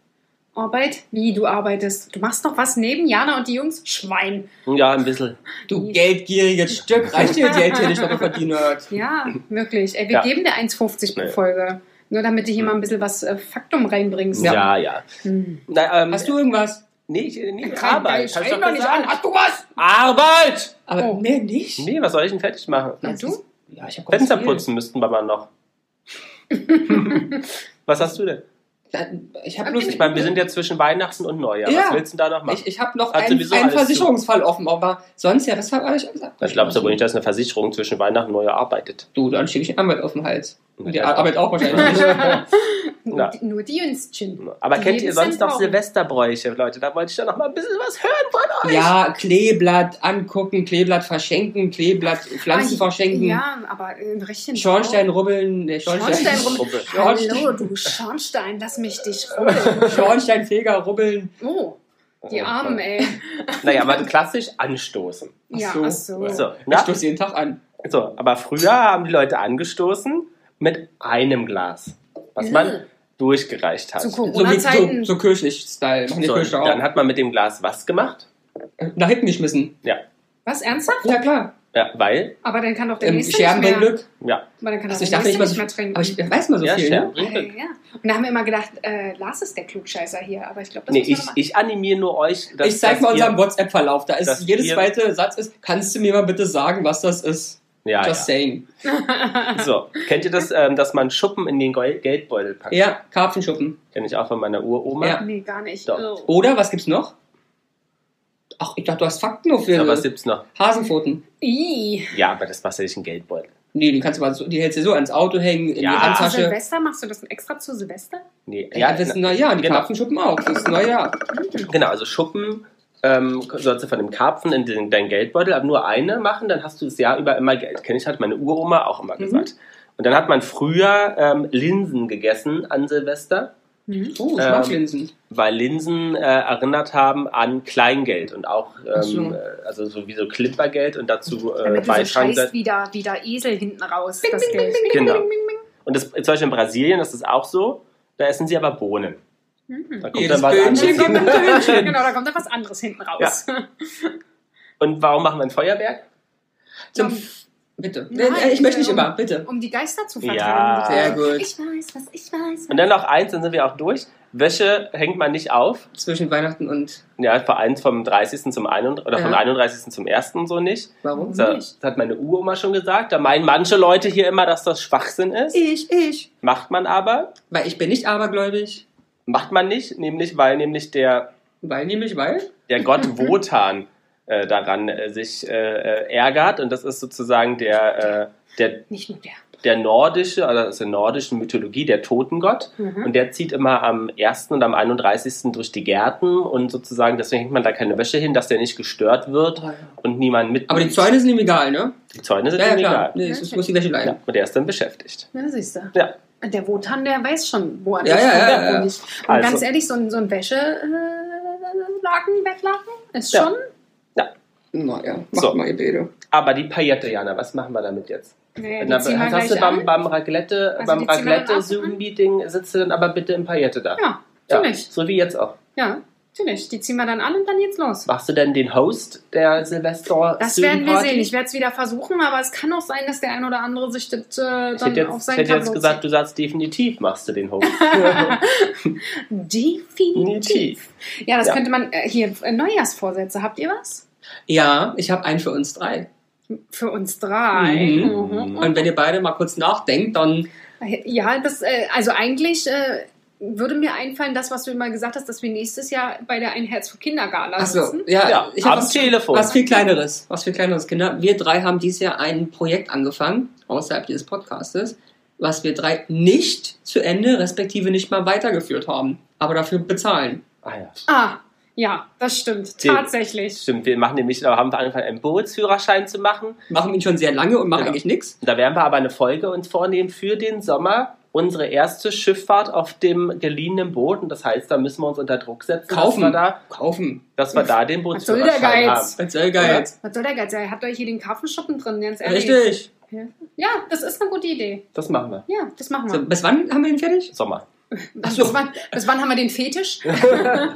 S1: Arbeit? Wie, du arbeitest? Du machst noch was neben Jana und die Jungs? Schwein.
S3: Ja, ein bisschen.
S4: Du geldgieriges Stück, reicht dir das Geld hier nicht, was ihr verdient habt.
S1: Ja, wirklich. Ey, wir
S3: Ja.
S1: geben dir 1,50 pro
S3: Nee.
S1: Folge. Nur damit du hier mal ein bisschen was äh, Faktum reinbringst.
S3: Ja, ja.
S1: Hm.
S3: Na, ähm,
S4: Hast du irgendwas?
S3: Nee, ich, nee,
S1: Kein-
S3: Arbeit.
S1: Schreib
S3: Hast du
S1: doch nicht
S3: gesagt.
S1: an. Hast du was?
S3: Arbeit!
S4: Aber
S1: Oh.
S4: mehr nicht?
S3: Nee, was soll ich denn fertig machen?
S1: Na,
S4: Das
S1: du?
S4: ist- Ja, ich hab ganz
S3: Fenster
S4: viel.
S3: putzen müssten wir mal noch. was hast du denn?
S4: Dann- Ich habe
S1: Okay,
S4: bloß
S3: Ich meine, wir sind ja zwischen Weihnachten und Neujahr.
S4: Ja.
S3: Was willst du denn da noch machen?
S4: Ich, ich habe noch
S3: Hat
S4: einen,
S3: sowieso
S4: einen
S3: alles zu.
S4: Versicherungsfall offen, aber sonst ja, das habe ich alles ab.
S3: Ich glaube aber nicht, dass eine Versicherung zwischen Weihnachten und Neujahr arbeitet.
S4: Du, dann schicke ich einen Anwalt auf den Hals. Und die
S3: Ja.
S4: Arbeit auch wahrscheinlich nicht.
S1: Nur,
S3: Ja.
S1: die- nur die Jüngstchen.
S3: Aber
S1: Die
S3: kennt ihr
S1: Jeden
S3: sonst
S1: sind
S3: noch
S1: auch.
S3: Silvesterbräuche, Leute? Da wollte ich doch noch mal ein bisschen was hören von euch.
S4: Ja, Kleeblatt angucken, Kleeblatt verschenken, Kleeblatt Pflanzen
S1: Ah,
S4: verschenken,
S1: Ja, aber im richtigen
S4: Schornstein rubbeln, nee, Schornstein,
S1: Schornstein
S4: Schornstein,
S1: rum.
S3: Gruppe.
S1: Hallo, du Schornstein, lass mich dich rubbeln.
S4: Schornsteinfeger rubbeln.
S1: Oh, die Armen, ey.
S3: Naja, aber klassisch anstoßen.
S4: Ach
S1: Ja,
S4: so.
S1: ach so.
S3: So,
S4: Ich
S3: na?
S4: stoße jeden Tag an.
S3: so, aber früher haben die Leute angestoßen mit einem Glas, was man durchgereicht hat.
S1: Zu
S3: So,
S4: So, wie, so,
S1: Corona-Zeiten.
S4: so kirchlich Style. Machen die Kirche auch.
S3: dann hat man mit dem Glas was gemacht?
S4: Nach hinten geschmissen.
S1: Was, ernsthaft?
S4: Ja klar.
S3: Ja, weil,
S1: Aber dann kann doch der
S4: Ähm,
S1: nächste nicht
S4: Scherben
S1: mehr.
S4: bringen Glück.
S3: ja,
S1: Aber dann kann doch
S4: Also ich
S1: der
S4: dachte nicht
S1: nächste
S4: mal
S1: nicht
S4: so
S1: mehr
S4: viel.
S1: trinken.
S4: Aber ich weiß mal so
S3: Äh, ja,
S4: viel, ne?
S3: Scherben
S1: ja,
S3: bringt
S1: ja,
S3: Glück.
S1: ja. Und da haben wir immer gedacht, äh, Lars ist der Klugscheißer hier. Aber ich glaube, das
S3: Nee,
S1: muss man
S3: ich,
S1: noch mal-
S3: ich animiere nur euch, dass,
S4: ich zeig
S3: dass
S4: mal unseren
S3: ihr,
S4: WhatsApp-Verlauf. Da ist
S3: dass
S4: jedes
S3: ihr-
S4: zweite Satz ist, kannst du mir mal bitte sagen, was das ist?
S3: ja,
S4: Just
S3: ja.
S4: saying.
S3: So, kennt ihr das, ähm, dass man Schuppen in den Gel- Geldbeutel packt?
S4: Ja, Karpfenschuppen.
S3: Kenne ich auch von meiner Uroma.
S4: Ja.
S1: Nee, gar nicht.
S3: Doch.
S1: Oh.
S4: Oder, was gibt's noch? Ach, ich dachte, du hast Fakten nur für
S3: Ja, was gibt's noch?
S4: Hasenpfoten.
S1: Ih.
S3: Ja, aber das machst du nicht in den Geldbeutel.
S4: Nee, die kannst du mal so, die hältst du so ans Auto hängen, in
S3: Ja.
S4: die
S1: Zu
S4: Handtasche.
S1: Silvester machst du das extra zu Silvester?
S3: Nee,
S4: Ja, das ist ein Neujahr, die
S3: Genau.
S4: Karpfenschuppen auch. Das ist ein Neujahr.
S3: Genau, also Schuppen ähm, sollst du von dem Karpfen in den, deinen Geldbeutel, aber nur eine machen, dann hast du das Jahr über immer Geld. Kenne ich, hat meine Uroma auch
S4: Mhm.
S3: immer gesagt. Und dann hat man früher ähm, Linsen gegessen an Silvester,
S1: Mhm.
S4: Oh, ich mag
S3: Ähm,
S4: Linsen.
S3: weil Linsen äh, erinnert haben an Kleingeld und auch ähm,
S4: Ach so.
S3: äh, also so wie so Klippergeld und dazu äh,
S1: Damit du so
S3: Beifang-
S1: scheißt wie der, wie der Esel hinten raus. das Geld.
S3: Genau. Und das, zum Beispiel in Brasilien, das ist auch so, da essen sie aber Bohnen.
S1: Mhm.
S3: Da kommt
S4: Jedes
S3: dann was
S4: Böhnchen
S3: anderes.
S4: kommt ein Böhnchen.
S1: Genau, da kommt dann was anderes hinten raus.
S3: Und warum machen wir ein Feuerwerk?
S4: Zum F- Bitte.
S1: Nein,
S4: Äh, ich möchte nicht
S1: ähm,
S4: immer, bitte.
S1: Um die Geister zu vertreiben.
S3: Ja.
S4: Sehr gut.
S1: Ich weiß, was ich weiß.
S3: Und dann noch eins, dann sind wir auch durch. Wäsche hängt man nicht auf.
S4: Zwischen Weihnachten und
S3: Ja, vor allem vom 30. zum 31. oder vom
S4: Ja.
S3: 31. zum 1. und so nicht.
S4: warum?
S3: Das, das hat meine Uroma schon gesagt. Da meinen manche Leute hier immer, dass das Schwachsinn ist.
S4: Ich, ich.
S3: Macht man aber.
S4: Weil ich bin nicht abergläubig.
S3: Macht man nicht, nämlich weil nämlich der,
S4: Weil nämlich, weil?
S3: der Gott Wotan äh, daran äh, sich äh, äh, ärgert. Und das ist sozusagen der, äh, der,
S1: Nicht nur der.
S3: der nordische, also aus der nordischen Mythologie, der Totengott.
S1: Mhm.
S3: Und der zieht immer am 1. und am 31. durch die Gärten und sozusagen, deswegen hängt man da keine Wäsche hin, dass der nicht gestört
S1: Oh,
S3: wird und niemand mit.
S4: Aber die Zäune sind ihm egal, ne?
S3: die Zäune sind
S4: Ja, ja,
S3: ihm
S4: klar.
S3: egal.
S4: Nee, es ist- muss die Wäsche bleiben.
S3: Ja, und der ist dann beschäftigt.
S1: Na, ne, siehst du.
S3: Ja.
S1: Der Wotan, der weiß schon, wo er
S4: Ja,
S1: ist
S4: ja,
S1: und
S4: ja,
S1: wer
S4: ja.
S1: wo nicht. Und
S3: Also-
S1: ganz ehrlich, so ein, so ein Wäschelaken, Bettlaken ist
S3: Ja.
S1: schon.
S4: Na ja, macht
S3: So.
S4: mal ihr Bede.
S3: Aber die Paillette, Jana, was machen wir damit jetzt?
S1: Nee,
S3: Na,
S1: die ziehen wir
S3: hast du
S1: gleich
S3: beim,
S1: an.
S3: beim Raglette,
S1: Also
S3: beim
S1: die ziehen wir dann
S3: Raglette
S1: ab,
S3: Zoom-Meeting sitzt du dann aber bitte in Paillette da?
S1: Ja,
S3: Ja,
S1: natürlich.
S3: So wie jetzt auch.
S1: Ja, natürlich. Die ziehen wir dann an und dann geht's los.
S3: Machst du denn den Host der Silvester
S1: Das
S3: Zoom
S1: werden wir
S3: Party?
S1: sehen. Ich werde es wieder versuchen, aber es kann auch sein, dass der ein oder andere sich das äh,
S3: Ich
S1: dann
S3: hätte
S1: auf
S3: jetzt, ich
S1: sein
S3: hätte jetzt
S1: Tableau
S3: gesagt, du sagst definitiv machst du den Host.
S1: zieht. Definitiv.
S3: definitiv.
S1: Ja, das
S3: Ja.
S1: könnte man äh, hier äh, Neujahrsvorsätze. Habt ihr was?
S4: Ja, ich habe einen für uns drei.
S1: Für uns drei.
S3: Mhm.
S4: Und wenn ihr beide mal kurz nachdenkt, dann
S1: Ja, das, äh, also eigentlich äh, würde mir einfallen, das, was du mal gesagt hast, dass wir nächstes Jahr bei der Ein Herz für Kinder Gala
S4: Achso,
S1: sitzen.
S4: ja,
S3: Ja,
S4: ich
S3: am
S4: habe was,
S3: Telefon.
S4: was viel kleineres, was viel kleineres, Kinder. Wir drei haben dieses Jahr ein Projekt angefangen, außerhalb dieses Podcastes, was wir drei nicht zu Ende, respektive nicht mal weitergeführt haben, aber dafür bezahlen.
S3: ah, ja.
S1: Ah, ja, das stimmt.
S3: Den-
S1: Tatsächlich.
S3: Stimmt, wir machen nämlich, da haben wir angefangen, einen Bootsführerschein zu machen.
S4: Machen ihn schon sehr lange und machen
S3: Genau.
S4: eigentlich nichts.
S3: Und Da werden wir aber eine Folge uns vornehmen für den Sommer. Unsere erste Schifffahrt auf dem geliehenen Boot. Und das heißt, da müssen wir uns unter Druck setzen,
S4: Kaufen.
S3: Dass, wir da,
S4: Kaufen.
S3: dass wir da den
S1: Was soll der
S3: Bootsführerschein haben.
S1: Geiz?
S4: Das soll geil.
S1: Was soll der Geiz? Ihr habt euch hier den Kaffeeschuppen drin, ganz ehrlich.
S4: Richtig.
S1: Ja, das ist eine gute Idee.
S3: Das machen wir.
S1: Ja, das machen wir.
S4: So, bis wann haben wir ihn fertig?
S3: Sommer.
S1: Also Bis,
S4: so.
S1: wann, bis wann haben wir den Fetisch?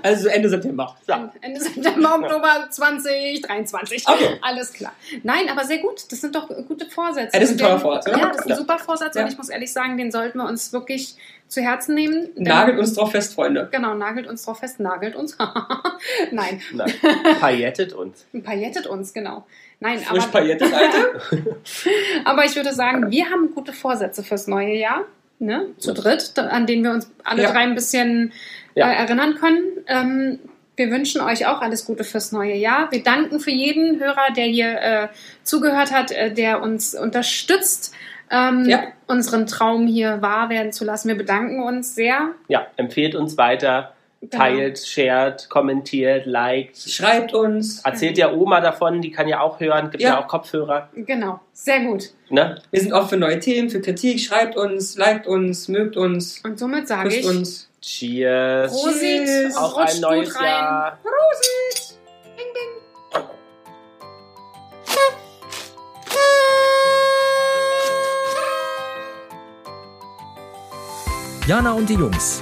S4: Also Ende September.
S3: Ja.
S1: Ende September, Oktober 2023.
S4: Okay.
S1: Alles klar. Nein, aber sehr gut. Das sind doch gute Vorsätze.
S4: Ja, das ist ein
S1: Und
S4: toller
S1: der-
S4: Vorsatz, oder?
S1: Ja, das ist ein
S3: Ja.
S1: super Vorsatz
S4: Ja.
S1: und ich muss ehrlich sagen, den sollten wir uns wirklich zu Herzen nehmen. Denn-
S4: Nagelt uns drauf fest, Freunde.
S1: Genau, nagelt uns drauf fest, nagelt uns. Nein,
S3: Nein. Paillettet uns.
S1: paillettet uns, genau. Nein,
S4: Frisch
S1: aber,
S4: paillettet, Alter.
S1: aber ich würde sagen, wir haben gute Vorsätze fürs neue Jahr. Ne? Zu
S3: Ja.
S1: dritt, an denen wir uns alle
S4: Ja.
S1: drei ein bisschen
S3: Ja.
S1: äh, erinnern können. Ähm, wir wünschen euch auch alles Gute fürs neue Jahr. Wir danken für jeden Hörer, der hier äh, zugehört hat, äh, der uns unterstützt, ähm,
S4: Ja.
S1: unseren Traum hier wahr werden zu lassen. Wir bedanken uns sehr.
S3: Ja, empfehlt uns weiter,
S1: Genau.
S3: teilt, shared, kommentiert, liked.
S4: Schreibt uns.
S3: Erzählt der Oma davon, die kann ja auch hören, gibt ja,
S4: Ja.
S3: auch Kopfhörer.
S1: Genau. genau, sehr gut.
S3: Ne?
S4: Wir sind offen für neue Themen, für Kritik. Schreibt uns, liked uns, mögt uns,
S1: Und somit sage
S4: küsst
S1: ich.
S4: uns.
S3: Cheers.
S1: Prosit,
S4: Tschüss.
S3: Auf
S1: rutscht
S3: ein neues
S1: gut rein.
S3: Jahr.
S2: Jana und die Jungs.